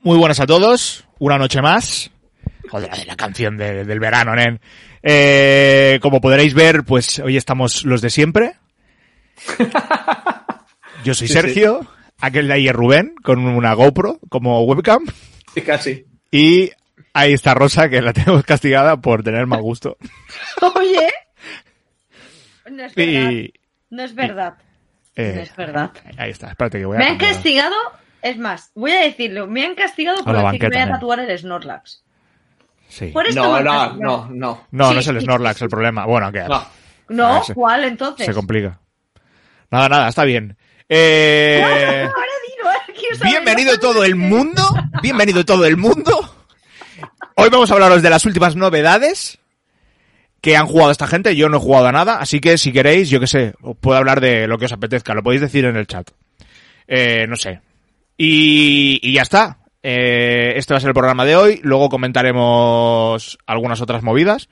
Muy buenas a todos, una noche más. Joder, la de la canción de- del verano, nen. Eh, como podréis ver, pues hoy estamos los de siempre. Yo soy Sí, Sergio, aquel de ahí es Rubén, con una GoPro como webcam. Sí, casi. Y ahí está Rosa, que la tenemos castigada por tener mal gusto. Oye. No es verdad. Y, No es verdad. no eh, es verdad. ahí está, espérate que voy a... Me han cambiar. castigado, es más, voy a decirlo, me han castigado por la decir banqueta, que me voy ¿eh? a tatuar el Snorlax. Sí. Por esto me No, han no, castigado. no, no. No, no Sí, es el sí, Snorlax sí, el problema. Bueno, que No. No, Ah, ese- ¿cuál entonces? se complica. Nada, nada, está bien. Eh... Ahora dilo, ahora quiero saber Bienvenido lo todo el que- mundo, bienvenido todo el mundo. Hoy vamos a hablaros de las últimas novedades que han jugado esta gente. Yo no he jugado a nada, así que si queréis, yo qué sé, os puedo hablar de lo que os apetezca. Lo podéis decir en el chat. Eh, no sé. Y, y ya está. Eh, este va a ser el programa de hoy. Luego comentaremos algunas otras movidas.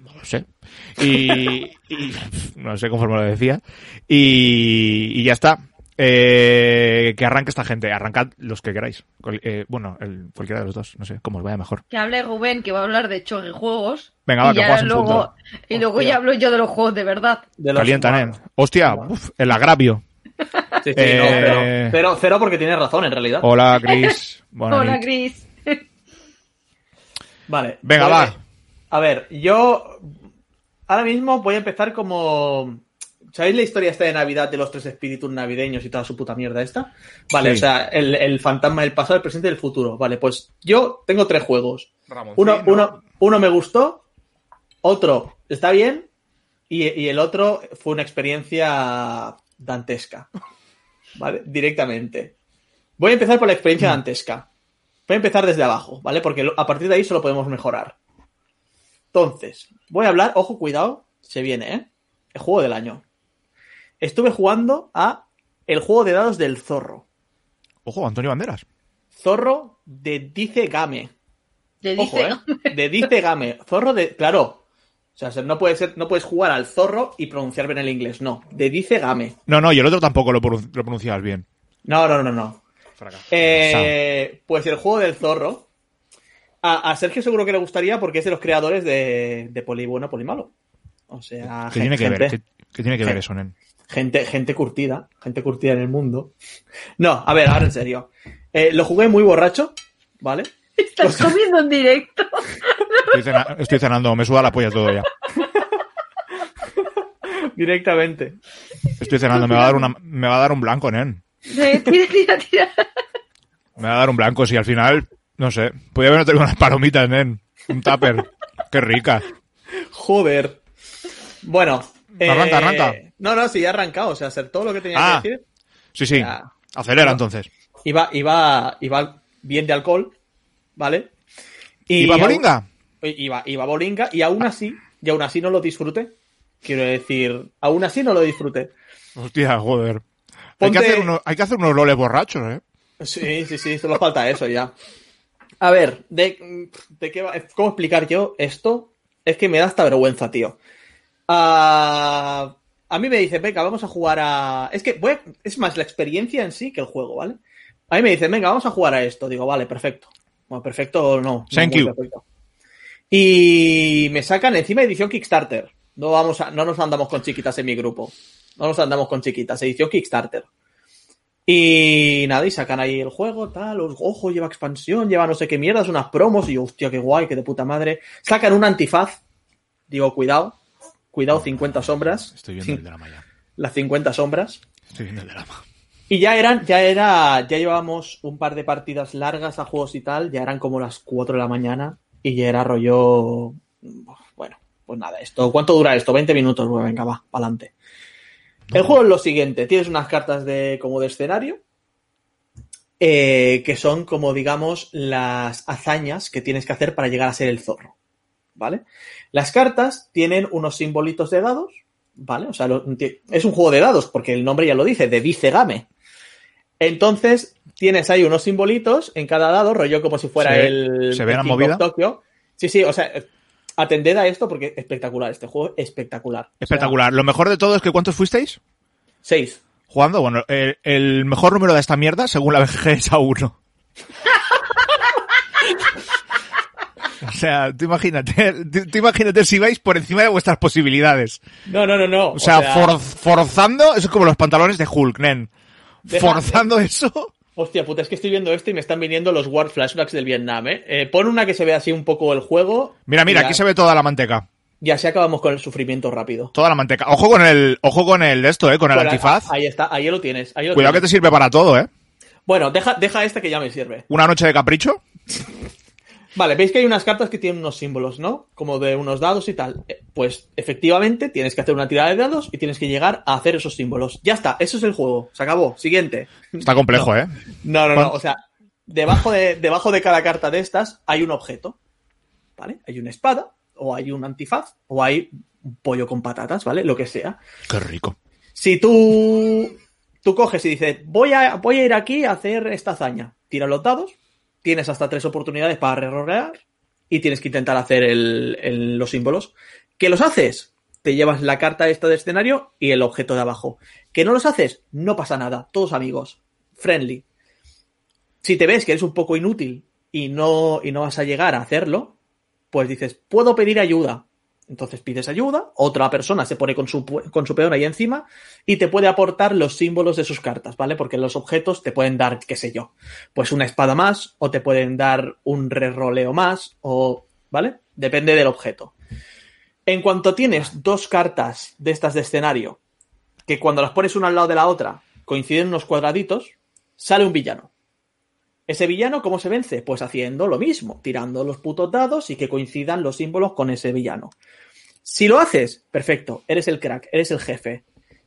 No lo sé. Y, y- no sé conforme lo decía. Y, y ya está. Eh, que arranque esta gente. Arrancad los que queráis. Cual- eh, bueno, el- cualquiera de los dos. No sé, como os vaya mejor. Que hable Rubén, que va a hablar de juegos. Venga, va, y que ya juegas un luego, Y luego Hostia. ya hablo yo de los juegos de verdad. De los- Calientan, ¿eh? Sí, sí, Hostia, Bueno. uf, el agravio. no, Eh. Oh. pero, pero cero porque tienes razón, en realidad. Hola, Chris. Buena Hola, nit. Chris. Vale. Venga, Pues, va. A ver, yo ahora mismo voy a empezar como... ¿Sabéis la historia esta de Navidad de los tres espíritus navideños y toda su puta mierda esta? Vale, Sí. o sea, el, el fantasma del pasado, el presente y el futuro. Vale, pues yo tengo tres juegos. Uno, uno, uno me gustó, otro está bien y, y el otro fue una experiencia dantesca. ¿Vale? Directamente. Voy a empezar por la experiencia dantesca. Voy a empezar desde abajo, ¿vale? Porque lo- a partir de ahí solo podemos mejorar. Entonces, voy a hablar, ojo, cuidado, se viene, ¿eh? El juego del año. Estuve jugando a el juego de dados del zorro. Ojo, Antonio Banderas. Zorro de Dice Game. Te Ojo, dice, ¿eh? De dice game. Zorro de. Claro. O sea, se- no, puede ser, no puedes jugar al zorro y pronunciar bien el inglés. No. De dice game. No, no, y el otro tampoco lo, pronun- lo pronunciabas bien. No, no, no, no. Eh, pues el juego del zorro. A, a Sergio seguro que le gustaría porque es de los creadores de, de Poli Bueno, Poli Malo. O sea, ¿Qué tiene que gente- ver? ¿Qué, qué tiene que ver gente. eso, nen? Gente, gente curtida, gente curtida en el mundo. No, a ver, ahora en serio. Eh, lo jugué muy borracho, ¿vale? estás comiendo en directo. Estoy, cena- estoy cenando, me suda la polla todo ya. Directamente. Estoy cenando, me va a dar, una, me va a dar un blanco, nen. Eh, Tira, tira, tira. Me va a dar un blanco, si al final, no sé. Podría haber tenido unas palomitas, nen. Un tupper. Qué rica. Joder. Bueno. eh, Arranca, arranca. No, no, sí, ya ha arrancado. O sea, hacer todo lo que tenía Ah. que decir. Sí, sí. Ya. Acelera entonces. Iba, iba, iba bien de alcohol, ¿vale? ¿Y aún- Bolinga? Iba, iba Bolinga y aún así, y aún así no lo disfruté. Quiero decir, aún así no lo disfruté. Hostia, joder. Ponte- Hay, que hacer unos, hay que hacer unos loles borrachos, ¿eh? Sí, sí, sí, solo falta eso ya. A ver, de, de qué va- ¿cómo explicar yo esto? Es que me da hasta vergüenza, tío. Ah, a mí me dice, venga, vamos a jugar a... Es que voy a- es más la experiencia en sí que el juego, ¿vale? A mí me dice, venga, vamos a jugar a esto. Digo, vale, perfecto. Bueno, perfecto no. no Thank muy you. perfecto. Y me sacan encima edición Kickstarter. No, vamos a, no nos andamos con chiquitas en mi grupo. No nos andamos con chiquitas, edición Kickstarter. Y nada, y sacan ahí el juego, tal, os- ojo, lleva expansión, lleva no sé qué mierdas, unas promos, y yo, hostia, qué guay, qué de puta madre. Sacan un antifaz, digo, cuidado, cuidado, 50 sombras, Estoy viendo el drama ya. las 50 sombras. Estoy viendo el drama. Y ya eran, ya era, ya llevábamos un par de partidas largas a juegos y tal, ya eran como las 4 de la mañana, y ya era rollo, bueno, pues nada, esto, ¿cuánto dura esto? 20 minutos, bueno, venga, va, pa'lante. El juego es lo siguiente, tienes unas cartas de como de escenario, eh, que son como digamos las hazañas que tienes que hacer para llegar a ser el zorro, ¿vale? Las cartas tienen unos simbolitos de dados, ¿vale? O sea, lo- ti- es un juego de dados porque el nombre ya lo dice, de dice game. Entonces tienes ahí unos simbolitos en cada dado, rollo como si fuera Se- el se ve la el King of movida. Tokio. Sí, sí, o sea, atended a esto porque es espectacular, este juego es espectacular. O sea, Espectacular. Lo mejor de todo es que ¿cuántos fuisteis? seis. Jugando, bueno, el, el mejor número de esta mierda, según la BGG, es a uno. O sea, tú imagínate, tú, tú imagínate si vais por encima de vuestras posibilidades. No, no, no, no. O sea, for- forzando, eso es como los pantalones de Hulk, nen. Deja- Forzando eso. Hostia puta, es que estoy viendo esto y me están viniendo los War Flashbacks del Vietnam, ¿eh? Eh, Pon una que se vea así un poco el juego. Mira, mira, y ya- aquí se ve toda la manteca. Y así acabamos con el sufrimiento rápido. Toda la manteca. Ojo con el, ojo con el de esto, eh, con el Bueno, antifaz. a- Ahí está, ahí lo tienes. ahí lo Cuidado que te tienes. sirve para todo, eh. Bueno, deja, deja esta que ya me sirve. Una noche de capricho. Vale, veis que hay unas cartas que tienen unos símbolos, ¿no? Como de unos dados y tal. Eh, Pues efectivamente tienes que hacer una tirada de dados y tienes que llegar a hacer esos símbolos. Ya está, eso es el juego. Se acabó. Siguiente. Está complejo, eh. No, no, no. ¿Cuán- O sea, debajo de, debajo de cada carta de estas hay un objeto. ¿Vale? Hay una espada, o hay un antifaz, o hay un pollo con patatas, ¿vale? Lo que sea. Qué rico. Si tú, tú coges y dices, voy a, voy a ir aquí a hacer esta hazaña, tira los dados, tienes hasta tres oportunidades para re-rolear y tienes que intentar hacer el- el- los símbolos. ¿Que los haces? Te llevas la carta esta de escenario y el objeto de abajo. ¿Que no los haces? No pasa nada, todos amigos, friendly. Si te ves que eres un poco inútil y no, y no vas a llegar a hacerlo, pues dices, puedo pedir ayuda. Entonces pides ayuda, otra persona se pone con su, pu- con su peón ahí encima y te puede aportar los símbolos de sus cartas, ¿vale? Porque los objetos te pueden dar, qué sé yo, pues una espada más o te pueden dar un reroleo más o, ¿vale? Depende del objeto. En cuanto tienes dos cartas de estas de escenario, que cuando las pones una al lado de la otra coinciden unos cuadraditos, sale un villano. ¿Ese villano cómo se vence? Pues haciendo lo mismo, tirando los putos dados y que coincidan los símbolos con ese villano. Si lo haces, perfecto, eres el crack, eres el jefe.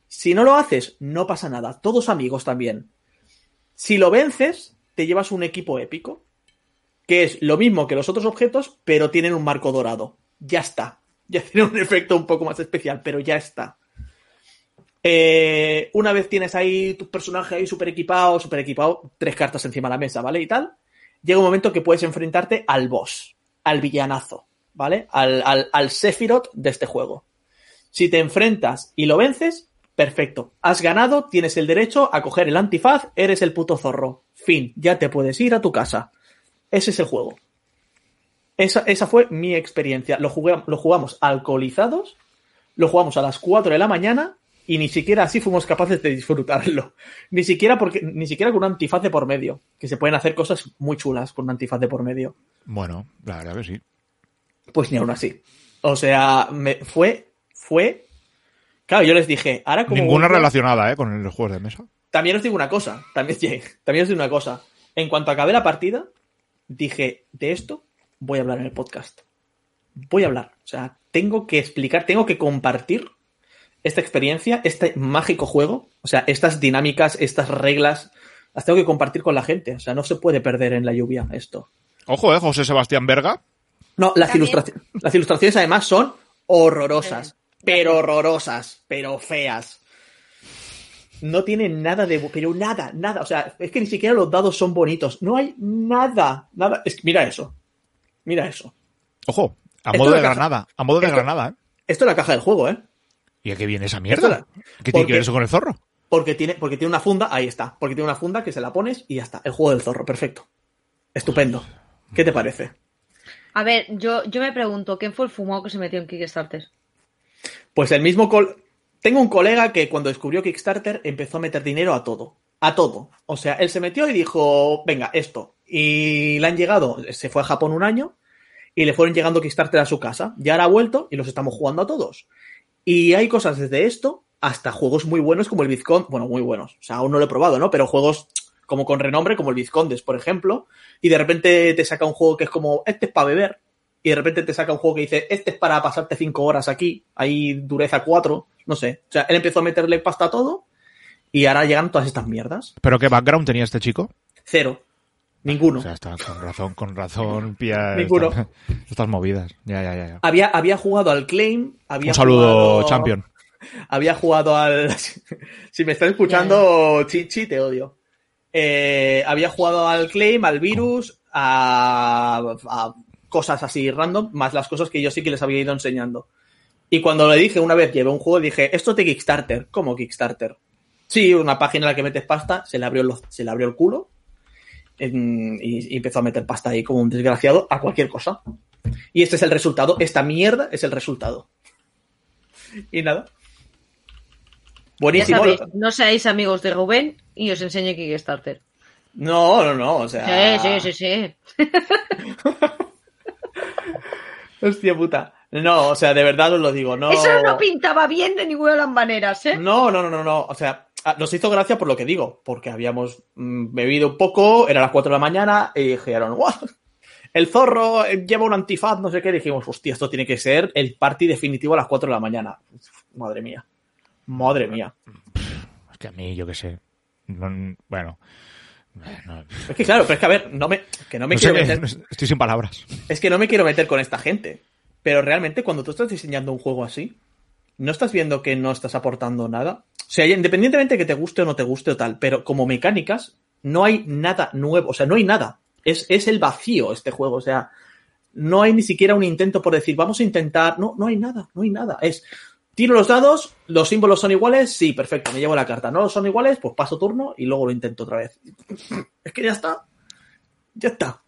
Si no lo haces, no pasa nada, todos amigos también. Si lo vences, te llevas un equipo épico, que es lo mismo que los otros objetos, pero tienen un marco dorado. Ya está. Ya tiene un efecto un poco más especial, pero ya está. Eh, una vez tienes ahí tu personaje ahí super equipado, super equipado, tres cartas encima de la mesa, ¿vale? Y tal, llega un momento que puedes enfrentarte al boss, al villanazo, ¿vale? Al, al, al Sephiroth de este juego. Si te enfrentas y lo vences, perfecto. Has ganado, tienes el derecho a coger el antifaz, eres el puto zorro. Fin, ya te puedes ir a tu casa. Ese es el juego. Esa, esa fue mi experiencia. Lo, jugué- lo jugamos alcoholizados, lo jugamos a las 4 de la mañana y ni siquiera así fuimos capaces de disfrutarlo. Ni siquiera, porque, ni siquiera con un antifaz de por medio, que se pueden hacer cosas muy chulas con un antifaz de por medio. Bueno, la verdad que sí. Pues ni aún así. O sea, me, fue, fue... Claro, yo les dije, ahora como... Ninguna vuelvo- relacionada, eh, con los juegos de mesa. también os digo una cosa, también, también os digo una cosa. En cuanto acabé la partida, dije, de esto voy a hablar en el podcast. Voy a hablar. O sea, tengo que explicar, tengo que compartir esta experiencia, este mágico juego, o sea, estas dinámicas, estas reglas, las tengo que compartir con la gente. O sea, no se puede perder en la lluvia esto. Ojo, eh, José Sebastián Verga. No, las, También- ilustraci- las ilustraciones además son horrorosas, pero horrorosas, pero feas. No tienen nada de... bu- Pero nada, nada. O sea, es que ni siquiera los dados son bonitos. No hay nada, nada. Es que mira eso. Mira eso. Ojo, a Esto modo lo de que hace- granada. A modo de esto- granada, eh. Esto es la caja del juego, ¿eh? ¿Y a qué viene esa Esto mierda? la- ¿Qué tiene porque- que ver eso con el zorro? Porque tiene, porque tiene una funda, ahí está. Porque tiene una funda que se la pones y ya está. El juego del zorro, perfecto. Estupendo. ¿Qué te parece? A ver, yo, yo me pregunto, ¿quién fue el fumado que se metió en Kickstarter? Pues el mismo col- Tengo un colega que cuando descubrió Kickstarter empezó a meter dinero a todo. A todo. O sea, él se metió y dijo, venga, esto. Y le han llegado, se fue a Japón un año y le fueron llegando Kickstarter a su casa. Y ahora ha vuelto y los estamos jugando a todos. Y hay cosas desde esto hasta juegos muy buenos como el Vizcon. Bueno, muy buenos. O sea, aún no lo he probado, ¿no? Pero juegos como con renombre, como el Vizcondes, por ejemplo. Y de repente te saca un juego que es como, este es para beber y de repente te saca un juego que dice, este es para pasarte cinco horas aquí, hay dureza 4, no sé. O sea, él empezó a meterle pasta a todo y ahora llegan todas estas mierdas. ¿Pero qué background tenía este chico? Cero. Ninguno. O sea, está con razón, con razón, pilla Ninguno. estas- estas movidas. Ya, ya, ya. ya. había, había jugado al Claim, había Un saludo, jugado- champion. Había jugado al... si me estás escuchando, Chichi, te odio. Eh, había jugado al Claim, al Virus, a, a cosas así random, más las cosas que yo sí que les había ido enseñando. Y cuando le dije una vez, llevé un juego, dije, esto es de Kickstarter. ¿Cómo Kickstarter? Sí, una página en la que metes pasta, se le abrió, los- se le abrió el culo en- y, y empezó a meter pasta ahí como un desgraciado a cualquier cosa. Y este es el resultado, esta mierda es el resultado. Y nada. Ya Buenísimo. sabéis, no seáis amigos de Rubén y os enseñe Kickstarter. No, no, no, o Sí, sea. sí, sí, sí. Hostia puta. No, o sea, de verdad os lo digo, no. Eso no pintaba bien de ninguna de las maneras, ¿eh? No, no, no, no, no. O sea, a- nos hizo gracia por lo que digo, porque habíamos mm, bebido un poco, eran las 4 de la mañana y dijeron, ¡guau! El zorro eh, lleva un antifaz, no sé qué. Dijimos, hostia, esto tiene que ser el party definitivo a las 4 de la mañana. Madre mía. Madre mía. Es que a mí, yo qué sé. No- bueno. No, Es que claro, pero es que a ver, no me, que no me no sé, quiero meter, estoy sin palabras. es que no me quiero meter con esta gente. Pero realmente cuando tú estás diseñando un juego así, no estás viendo que no estás aportando nada. O sea, independientemente que te guste o no te guste o tal, pero como mecánicas, no hay nada nuevo, o sea, no hay nada. Es, es el vacío este juego, o sea, no hay ni siquiera un intento por decir, vamos a intentar, no, no hay nada, no hay nada. Es, tiro los dados, los símbolos son iguales, sí, perfecto, me llevo la carta, no son iguales, pues paso turno y luego lo intento otra vez. Es que ya está, ya está.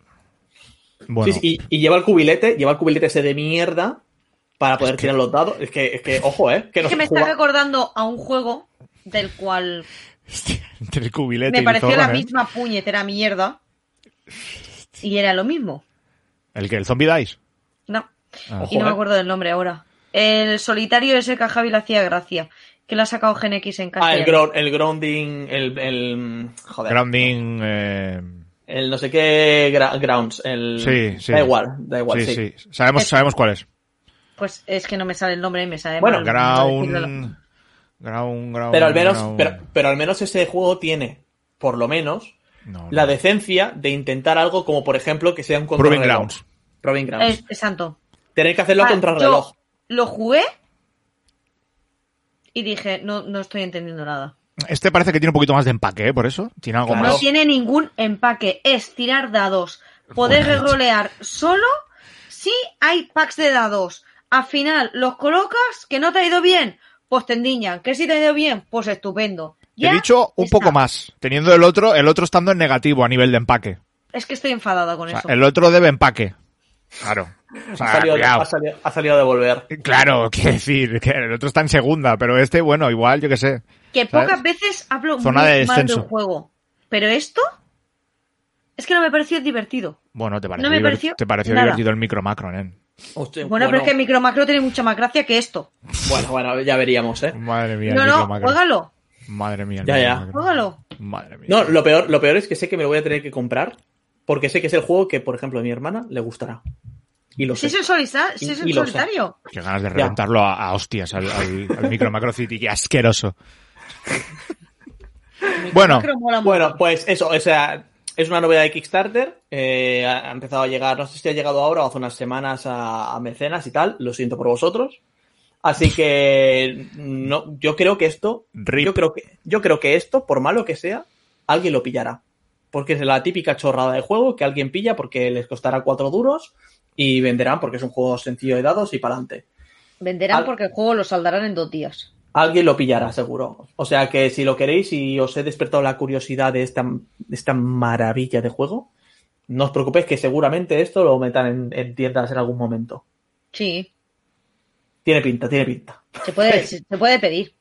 Bueno, Sí, sí, y, y lleva el cubilete, lleva el cubilete ese de mierda para poder tirar los dados. Es que, es que, ojo, eh. Que, Es nos que me está jugamos- recordando a un juego del cual entre el cubilete me y pareció el la zorro, ¿eh? misma puñetera mierda. Y era lo mismo. ¿El que el zombie dice? No. Ah. Y no Joder. me acuerdo del nombre ahora. El solitario ese que a Javi le hacía gracia. Que lo ha sacado GenX en casa. Ah, el, ground, el grounding, el, el. Joder. Grounding. eh, El no sé qué gra- grounds. El, Sí, sí. Da igual, da igual, sí, sí. sí. Sabemos, Es- sabemos cuál es. Pues es que no me sale el nombre y me sale Bueno, mal decirlo. Ground. Ground, ground. Pero al menos, ground. pero, pero al menos ese juego tiene, por lo menos, No, la no. decencia de intentar algo como, por ejemplo, que sea un Proving contrarreloj. Grounds. Proving Grounds. Es, es santo. Tener que hacerlo a Eh, Ah, contrarreloj. yo lo jugué y dije, no, no estoy entendiendo nada. Este parece que tiene un poquito más de empaque, ¿eh? Por eso. Tiene algo Claro. No más. tiene ningún empaque. Es tirar dados. Poder Joder. rerolear solo si hay packs de dados. Al final, los colocas que no te ha ido bien, pues te endiñan. Que si te ha ido bien, pues estupendo. Te He Ya dicho un está. poco más. Teniendo el otro, el otro estando en negativo a nivel de empaque. Es que estoy enfadada con O sea, eso. el otro debe empaque. Claro. O sea, Ha, salido, Ah, cuidado. ha salido- ha salido a devolver. Claro, quiero decir, que el otro está en segunda, pero este, bueno, igual, yo qué sé. Que ¿sabes? pocas veces hablo Zona muy de mal de descenso. un juego. Pero esto es que no me pareció divertido. Bueno, te pareció, No me divert- pareció te pareció nada. divertido el micro macro, nen. Eh, Hostia, Bueno, pero es que Micro Macro tiene mucha más gracia que esto. bueno, bueno, ya veríamos, eh. Madre mía, no, el no, micro macro. juégalo, Madre mía, el Ya, micro ya. macro. juégalo. Madre mía. No, lo peor, lo peor es que sé que me lo voy a tener que comprar porque sé que es el juego que, por ejemplo, a mi hermana le gustará. Y lo Si sé. Pues es el, solista- si Y- es y el lo sé. solitario. Qué ganas de reventarlo a, a hostias al, al- al micro macro city, qué asqueroso. bueno, Macro mola mucho. Bueno, pues eso, o sea, es una novedad de Kickstarter. eh, ha ha empezado a llegar, no sé si ha llegado ahora o hace unas semanas a, a mecenas y tal. Lo siento por vosotros. Así que no, yo creo que esto, Rip. yo creo que, yo creo que esto, por malo que sea, alguien lo pillará. Porque es la típica chorrada de juego que alguien pilla porque les costará cuatro duros y venderán porque es un juego sencillo de dados y para adelante. Venderán al- porque el juego lo saldarán en dos días. Alguien lo pillará, seguro. O sea que si lo queréis y os he despertado la curiosidad de esta, de esta maravilla de juego, no os preocupéis que seguramente esto lo metan en, en tiendas en algún momento. Sí, Tiene pinta, tiene pinta. se Pues, puede, se, se puede pedir.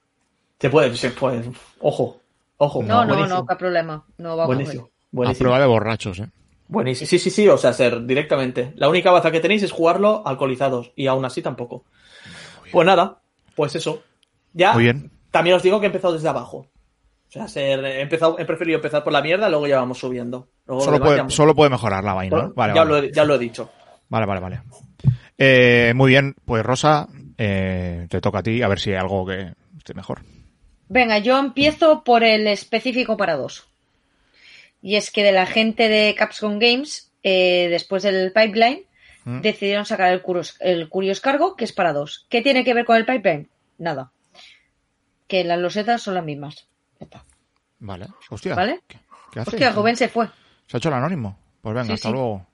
Se puede, se puede. Ojo, ojo. No, no, buenísimo, no, qué problema. No va a ocurrir. Buenísimo, a buenísimo. prueba de borrachos, ¿eh? buenísimo. Sí, sí, sí, o sea, ser directamente. La única baza que tenéis es jugarlo alcoholizados y aún así tampoco. Pues nada, pues eso. Ya Muy bien. También os digo que he empezado desde abajo. O sea, ser- he, empezado, he preferido empezar por la mierda, luego ya vamos subiendo. Luego Solo le puede, vayamos- solo puede mejorar la vaina, ¿no? Bueno, Vale, ya, vale. Lo he, ya lo he dicho. Vale, vale, vale. Eh, muy bien, pues Rosa, eh, te toca a ti a ver si hay algo que esté mejor. Venga, yo empiezo por el específico para dos. Y es que de la gente de Capcom Games, eh, después del Pipeline, ¿Mm? decidieron sacar el, Curios, el Curious Cargo, que es para dos. ¿Qué tiene que ver con el Pipeline? Nada. Que las losetas son las mismas. Ya está. Vale. Hostia. ¿Vale? ¿Qué, qué hace? Hostia, Rubén se fue. ¿Se ha hecho el anónimo? Pues venga, Sí, hasta sí. luego.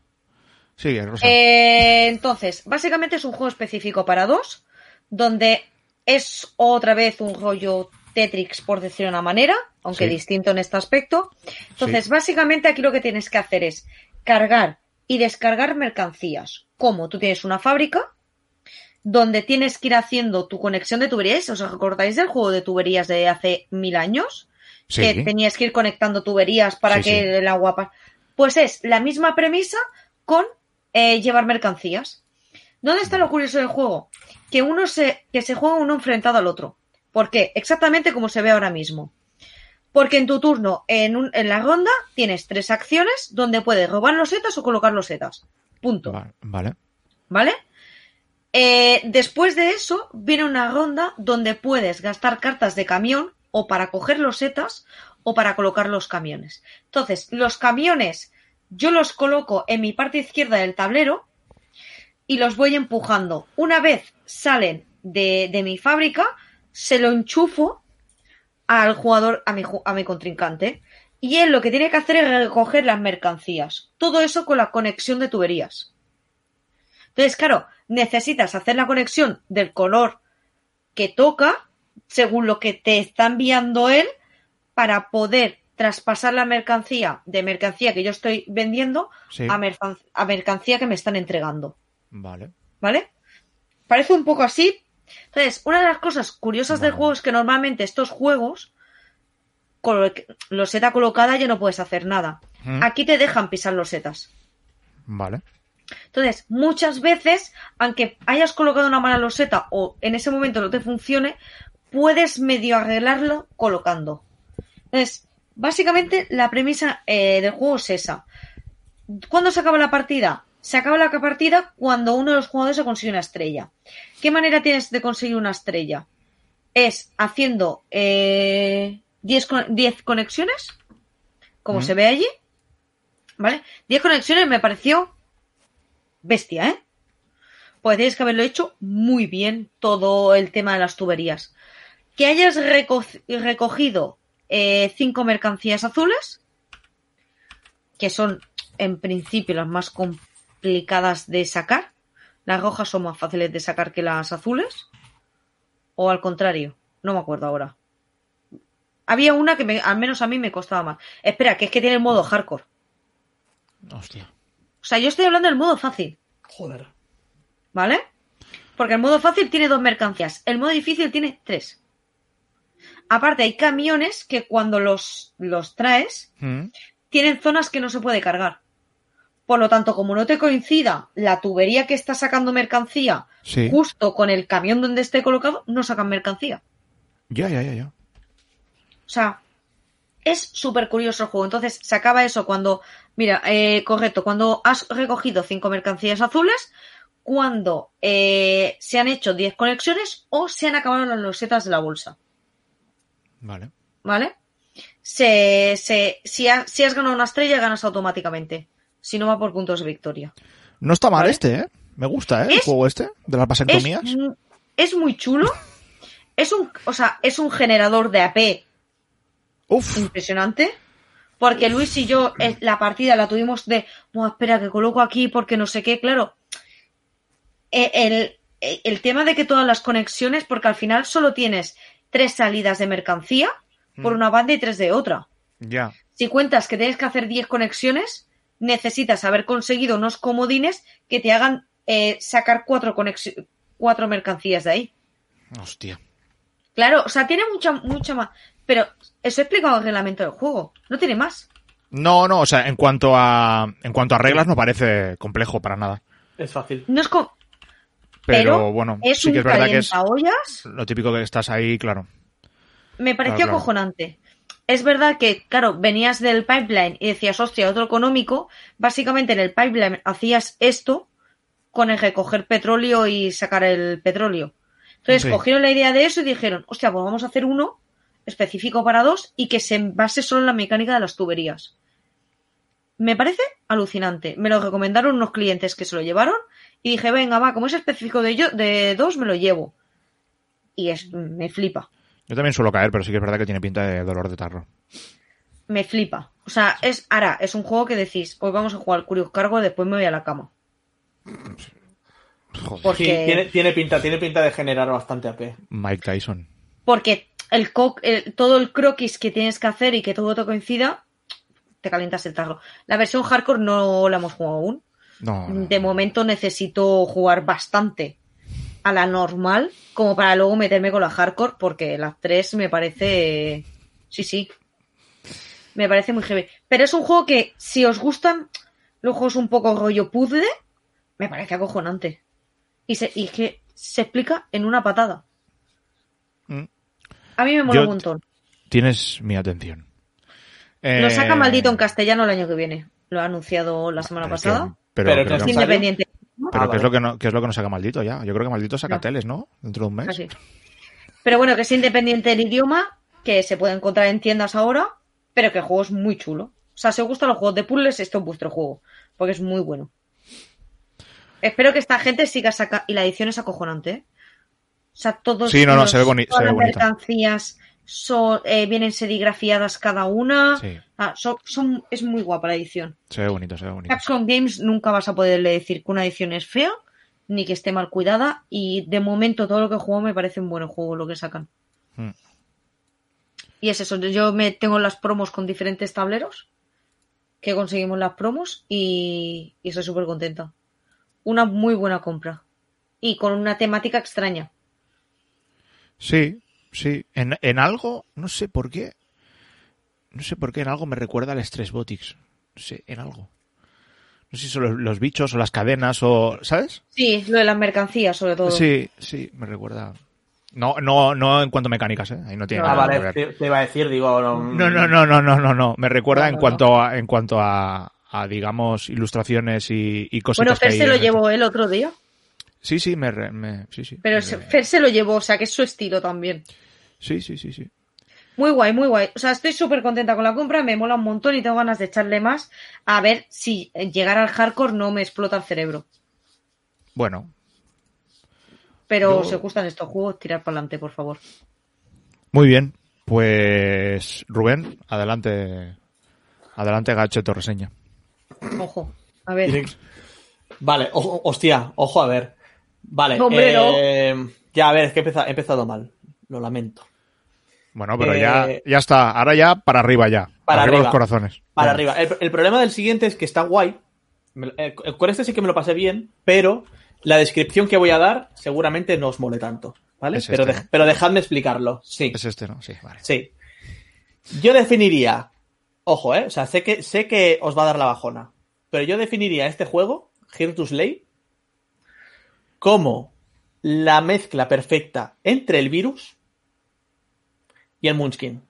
Sigue, Rosa. Eh, entonces, básicamente es un juego específico para dos, donde es otra vez un rollo Tetrix, por decirlo de una manera, aunque Sí. distinto en este aspecto. Entonces, básicamente aquí lo que tienes que hacer es cargar y descargar mercancías. Como tú tienes una fábrica donde tienes que ir haciendo tu conexión de tuberías. ¿Os acordáis del juego de tuberías de hace mil años? Sí. Que tenías que ir conectando tuberías para Sí, que sí. el agua... pa- Pues es la misma premisa con eh, llevar mercancías. ¿Dónde está lo curioso del juego? Que uno se, que se juega uno enfrentado al otro. ¿Por qué? Exactamente como se ve ahora mismo. Porque en tu turno, en, un- en la ronda, tienes tres acciones donde puedes robar los setas o colocar los setas. Punto. Va- Vale. ¿Vale? Eh, después de eso, viene una ronda donde puedes gastar cartas de camión o para coger los setas o para colocar los camiones. Entonces, los camiones yo los coloco en mi parte izquierda del tablero y los voy empujando. Una vez salen de, de mi fábrica, se lo enchufo al jugador, a mi, ju- a mi contrincante. Y él lo que tiene que hacer es recoger las mercancías. Todo eso con la conexión de tuberías. Entonces, claro, necesitas hacer la conexión del color que toca, según lo que te está enviando él, para poder traspasar la mercancía de mercancía que yo estoy vendiendo Sí. a, mercan- a mercancía que me están entregando. Vale. ¿Vale? Parece un poco así. Entonces, una de las cosas curiosas del Vale. juego es que normalmente estos juegos, con lo que- loseta colocada ya no puedes hacer nada. Ujú. Aquí te dejan pisar losetas. Vale. Entonces, muchas veces, aunque hayas colocado una mala loseta o en ese momento no te funcione, puedes medio arreglarlo colocando. Entonces, básicamente la premisa eh, del juego es esa. ¿Cuándo se acaba la partida? Se acaba la partida cuando uno de los jugadores ha conseguido una estrella. ¿Qué manera tienes de conseguir una estrella? Es haciendo eh, 10 con- 10 conexiones, como Mm. se ve allí. ¿Vale? 10 conexiones me pareció bestia, ¿eh? Pues tienes que haberlo hecho muy bien todo el tema de las tuberías. Que hayas reco- recogido eh, cinco mercancías azules, que son en principio las más complicadas de sacar. Las rojas son más fáciles de sacar que las azules. O al contrario, no me acuerdo ahora. Había una que me- al menos a mí me costaba más. Espera, que es que tiene el modo hardcore. Hostia. O sea, yo estoy hablando del modo fácil. Joder. ¿Vale? Porque el modo fácil tiene dos mercancías, el modo difícil tiene tres. Aparte, hay camiones que cuando los, los traes Mm. tienen zonas que no se puede cargar. Por lo tanto, como no te coincida la tubería que está sacando mercancía Sí. justo con el camión donde esté colocado, no sacan mercancía. Ya, ya, ya, ya. O sea, es súper curioso el juego. Entonces, se acaba eso cuando, mira, eh, correcto, cuando has recogido cinco mercancías azules, cuando eh, se han hecho 10 conexiones o se han acabado las losetas de la bolsa, Vale. ¿vale? Se, se, si, ha- si has ganado una estrella, ganas automáticamente. Si no va por puntos de victoria. No está mal Vale. este, ¿eh? Me gusta, ¿eh? El Es- juego este de las Es, vasectomías. mu- es muy chulo. Es un, o sea, es un generador de AP Uf. impresionante. Porque Luis y yo eh, la partida la tuvimos de, "Buah, espera, que coloco aquí porque no sé qué, claro. Eh, El, eh, el tema de que todas las conexiones, porque al final solo tienes tres salidas de mercancía por Mm. una banda y tres de otra. Ya. Si cuentas que tienes que hacer 10 conexiones, necesitas haber conseguido unos comodines que te hagan eh, sacar cuatro, conexi- cuatro mercancías de ahí. Hostia. Claro, o sea, tiene mucha, mucha más. Pero eso he explicado el reglamento del juego. No tiene más. No, no, o sea, en cuanto a en cuanto a reglas no parece complejo para nada. Es fácil. No es co- Pero, Pero bueno, es sí un que es verdad que es calientaollas. lo típico que estás ahí, claro. Me Claro, pareció claro. acojonante. Es verdad que, claro, venías del pipeline y decías, hostia, otro económico. Básicamente en el pipeline hacías esto con el recoger petróleo y sacar el petróleo. Entonces Sí. cogieron la idea de eso y dijeron, hostia, pues vamos a hacer uno específico para dos y que se base solo en la mecánica de las tuberías. Me parece alucinante. Me lo recomendaron unos clientes que se lo llevaron y dije, venga, va, como es específico de, yo, de dos, me lo llevo. Y es, me flipa, Yo también suelo caer, pero sí que es verdad que tiene pinta de dolor de tarro. me flipa. O sea, es, ahora, es un juego que decís, hoy vamos a jugar Curious Cargo, después me voy a la cama. Joder, Porque, Sí, tiene, tiene pinta, tiene pinta de generar bastante AP. Mike Tyson. porque el co- el- todo el croquis que tienes que hacer y que todo te coincida, te calientas el tarro. La versión hardcore no la hemos jugado aún. No, no. De momento necesito jugar bastante a la normal, como para luego meterme con la hardcore, porque las tres me parece. Sí, sí. Me parece muy heavy. Pero es un juego que, si os gustan los juegos un poco rollo puzzle, me parece acojonante. Y, se, y que se explica en una patada. Mm. A mí me mola Yo- un montón. Tienes mi atención. Lo saca Eh, maldito en castellano el año que viene. Lo ha anunciado la semana pero es que- pasada. Pero, Pero pero que Es que- ¿Necesario? independiente. pero Ah, que es vale. lo que no, que es lo que no saca maldito ya. Yo creo que maldito saca No. Ah, teles, ¿no? Dentro de un mes. Así. Pero bueno, que es independiente del idioma, que se puede encontrar en tiendas ahora, pero que el juego es muy chulo. O sea, si os gustan los juegos de puzzles, esto es vuestro juego, porque es muy bueno. Espero que esta gente siga sacando... Y la edición es acojonante, ¿eh? O sea, todos Sí, no, no, los- se ve boni- todas se ve las bonita. mercancías son, eh, vienen serigrafiadas cada una. Sí, Ah, son- son- es muy guapa la edición. se ve bonito, se ve bonito. Capcom Games nunca vas a poderle decir que una edición es fea ni que esté mal cuidada y de momento todo lo que he jugado me parece un buen juego lo que sacan. Mm. Y es eso, yo me tengo las promos con diferentes tableros que conseguimos las promos y, y estoy súper contenta. Una muy buena compra y con una temática extraña. Sí, sí. En, en algo, no sé por qué. No sé por qué, en algo me recuerda al Stress Botics. No sé, en algo. No sé si son los, los bichos o las cadenas o. ¿Sabes? Sí, lo de las mercancías sobre todo. Sí, sí, me recuerda. No, no, no en cuanto a mecánicas, ¿eh? Ahí no tiene No, Ah, nada que vale, ver. te, te iba a decir, digo. No, no, no, no, no, no, no. Me recuerda No, en no, cuanto a, en cuanto a, a, digamos, ilustraciones y, y cositas que bueno, Fer hay se lo en el- llevó el otro día, Sí, sí, me, re- me- sí, sí. pero me se- re- Fer se lo llevó, o sea que es su estilo también. Sí, sí, sí, sí. Muy guay, muy guay. O sea, estoy súper contenta con la compra, me mola un montón y tengo ganas de echarle más a ver si eh, llegar al hardcore no me explota el cerebro. Bueno, Pero Yo- si os gustan estos juegos, tirar para adelante, por favor. muy bien. Pues Rubén, adelante, adelante Gacheto reseña. Ojo. A ver. Tiene- Vale, o- hostia, ojo a ver. Vale, Hombre, no. eh, ya a ver, es que he empeza- he empezado mal. Lo lamento. Bueno, pero Eh, ya, ya está. Ahora ya para arriba ya. para arriba. arriba. los corazones. Para Venga. arriba. El, el problema del siguiente es que está guay. Me- eh, Con este sí que me lo pasé bien, pero la descripción que voy a dar seguramente no os mole tanto. ¿Vale? Es pero, este, dej- ¿no? pero dejadme explicarlo. Sí. Es este, ¿no? Sí, vale. Sí. Yo definiría. Ojo, eh. O sea, sé que, sé que os va a dar la bajona. Pero yo definiría este juego, Here to Slay, como la mezcla perfecta entre el virus y el Munchkin.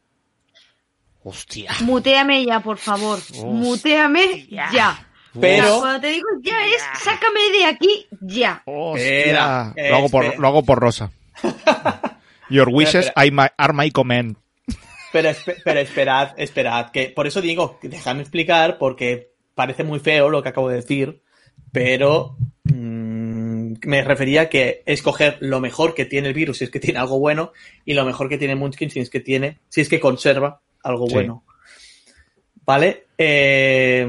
Hostia. Muteame ya, por favor. Muteame ya. Oh. Pero- Ya, Cuando te digo ya es, sácame de aquí ya. Hostia. Espera, Lo hago, por, espera. lo hago por Rosa. Your wishes espera. I my- are my command. Pero, espe- pero esperad, esperad, que por eso digo, que dejadme explicar, porque parece muy feo lo que acabo de decir, pero mm, me refería que escoger lo mejor que tiene el virus, si es que tiene algo bueno, y lo mejor que tiene Munchkin, si es que tiene, si es que conserva algo Sí. bueno. ¿Vale? Eh,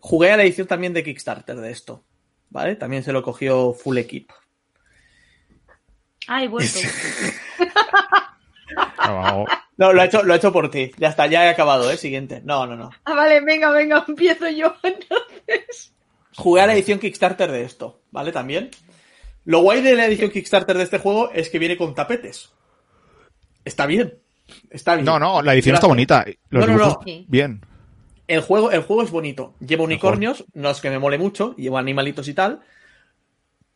jugué a la edición también de Kickstarter de esto. ¿Vale? También se lo cogió Full Equip. Ay, vuelto. No, No, lo ha hecho, lo ha hecho por ti. Ya está, ya he acabado, ¿eh? Siguiente. No, no, no. Ah, vale, venga, venga, empiezo yo. Jugué a la edición Kickstarter de esto, ¿vale? También. Lo guay de la edición Kickstarter de este juego es que viene con tapetes. Está bien. Está bien. no, no, la edición está bonita. Los No, no, no. dibujos, Sí. bien. El juego, el juego es bonito. Lleva unicornios, no es que me mole mucho, lleva animalitos y tal.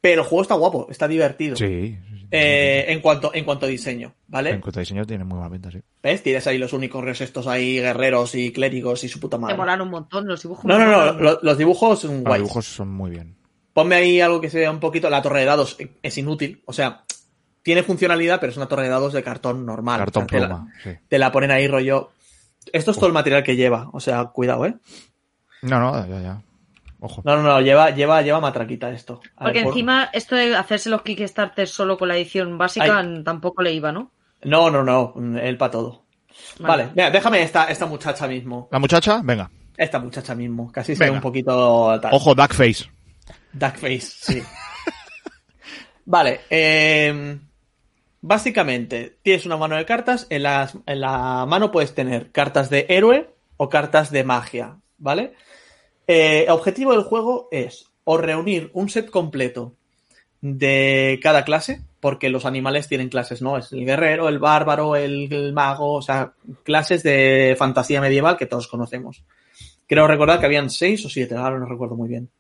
Pero el juego está guapo, está divertido. Sí. Eh, en, cuanto, en cuanto a diseño, ¿vale? En cuanto a diseño tiene muy buena pinta, sí. ¿Ves? Tienes ahí los unicornios estos ahí, guerreros y clérigos y su puta Te madre. molan un montón los dibujos. No, me no, no, molan. lo- los dibujos son Los guays. dibujos son muy bien. Ponme ahí algo que se vea un poquito. La torre de dados e-, es inútil. O sea, tiene funcionalidad, pero es una torre de dados de cartón normal. Cartón O sea, te la- pluma, sí. Te la ponen ahí rollo. Esto es todo el material que lleva. O sea, cuidado, ¿eh? No, no, ya, ya. Ojo. No, no, no. Lleva, lleva, lleva matraquita esto. A Porque ver, por- encima esto de hacerse los Kickstarters solo con la edición básica tampoco le iba, ¿no? No, no, no. Él para todo. Vale. Vale, mira, déjame esta, esta muchacha mismo. La muchacha, venga. Esta muchacha mismo. Casi se ve Venga. un poquito tal. Ojo, Duckface. Duckface, sí. vale, eh, Básicamente, tienes una mano de cartas, en, las- en la mano puedes tener cartas de héroe o cartas de magia, ¿vale? Eh, el objetivo del juego es o reunir un set completo de cada clase, porque los animales tienen clases, ¿no? Es el guerrero, el bárbaro, el, el mago, o sea, clases de fantasía medieval que todos conocemos. Creo recordar que habían seis o siete, ahora no recuerdo muy bien.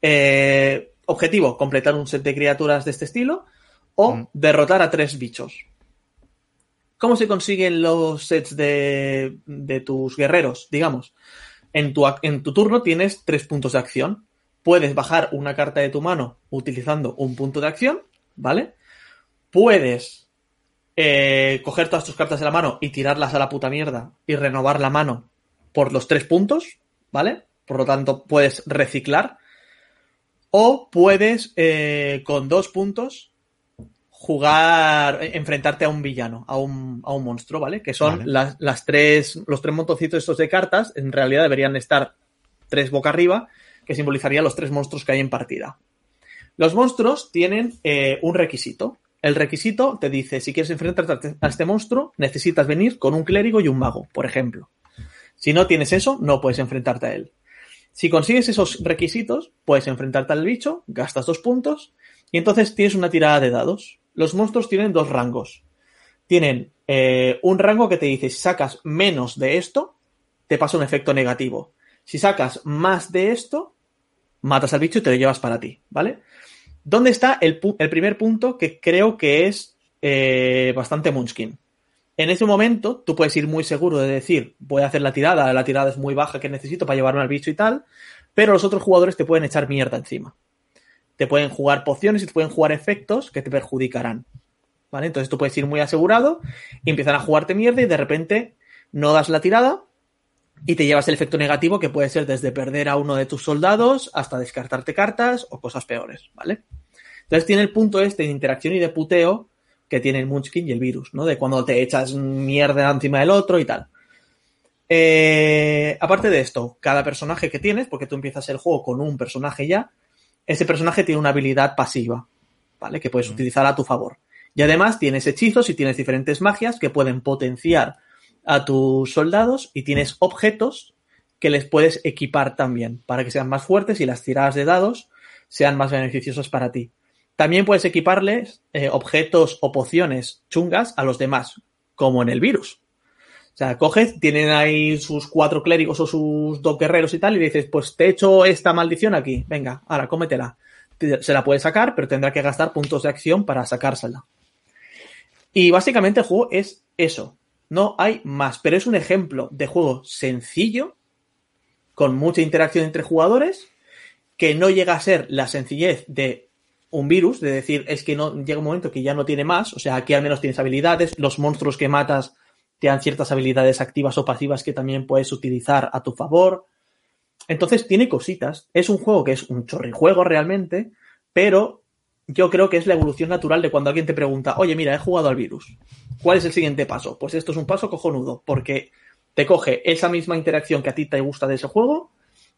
Eh, objetivo, completar un set de criaturas de este estilo o Mm. derrotar a tres bichos. ¿Cómo se consiguen los sets de, de tus guerreros, digamos? En tu, ac- en tu turno tienes tres puntos de acción. Puedes bajar una carta de tu mano utilizando un punto de acción, ¿vale? Puedes eh, coger todas tus cartas de la mano y tirarlas a la puta mierda y renovar la mano por los tres puntos, ¿vale? Por lo tanto, puedes reciclar. O puedes, eh, con dos puntos, jugar, eh, enfrentarte a un villano, a un, a un monstruo, ¿vale? Que son Vale. Las, las tres, los tres montoncitos estos de cartas, en realidad deberían estar tres boca arriba, que simbolizaría los tres monstruos que hay en partida. Los monstruos tienen eh, un requisito. El requisito te dice, si quieres enfrentarte a te- a este monstruo, necesitas venir con un clérigo y un mago, por ejemplo. Si no tienes eso, no puedes enfrentarte a él. Si consigues esos requisitos, puedes enfrentarte al bicho, gastas dos puntos y entonces tienes una tirada de dados. Los monstruos tienen dos rangos. Tienen eh, un rango que te dice, si sacas menos de esto, te pasa un efecto negativo. Si sacas más de esto, matas al bicho y te lo llevas para ti, ¿vale? ¿Dónde está el, pu- el primer punto que creo que es eh, bastante Munchkin? En ese momento, tú puedes ir muy seguro de decir, voy a hacer la tirada, la tirada es muy baja que necesito para llevarme al bicho y tal, pero los otros jugadores te pueden echar mierda encima. Te pueden jugar pociones y te pueden jugar efectos que te perjudicarán. ¿Vale? Entonces tú puedes ir muy asegurado y empiezan a jugarte mierda y de repente no das la tirada y te llevas el efecto negativo que puede ser desde perder a uno de tus soldados hasta descartarte cartas o cosas peores, ¿vale? Entonces tiene el punto este de interacción y de puteo que tiene el Munchkin y el virus, ¿no? De cuando te echas mierda encima del otro y tal. Eh, aparte de esto, cada personaje que tienes, porque tú empiezas el juego con un personaje ya, ese personaje tiene una habilidad pasiva, ¿vale? Que puedes utilizar a tu favor. Y además tienes hechizos y tienes diferentes magias que pueden potenciar a tus soldados y tienes objetos que les puedes equipar también para que sean más fuertes y las tiradas de dados sean más beneficiosas para ti. También puedes equiparles eh, objetos o pociones chungas a los demás, como en el virus. O sea, coges, tienen ahí sus cuatro clérigos o sus dos guerreros y tal, y le dices, pues te echo esta maldición aquí, venga, ahora cómetela. Te- Se la puede sacar, pero tendrá que gastar puntos de acción para sacársela. Y básicamente el juego es eso. No hay más, pero es un ejemplo de juego sencillo, con mucha interacción entre jugadores, que no llega a ser la sencillez de un virus, de decir, es que no llega un momento que ya no tiene más, o sea, aquí al menos tienes habilidades, los monstruos que matas te dan ciertas habilidades activas o pasivas que también puedes utilizar a tu favor. Entonces tiene cositas, es un juego que es un chorrijuego realmente, pero yo creo que es la evolución natural de cuando alguien te pregunta, oye, mira, he jugado al virus. ¿Cuál es el siguiente paso? Pues esto es un paso cojonudo, porque te coge esa misma interacción que a ti te gusta de ese juego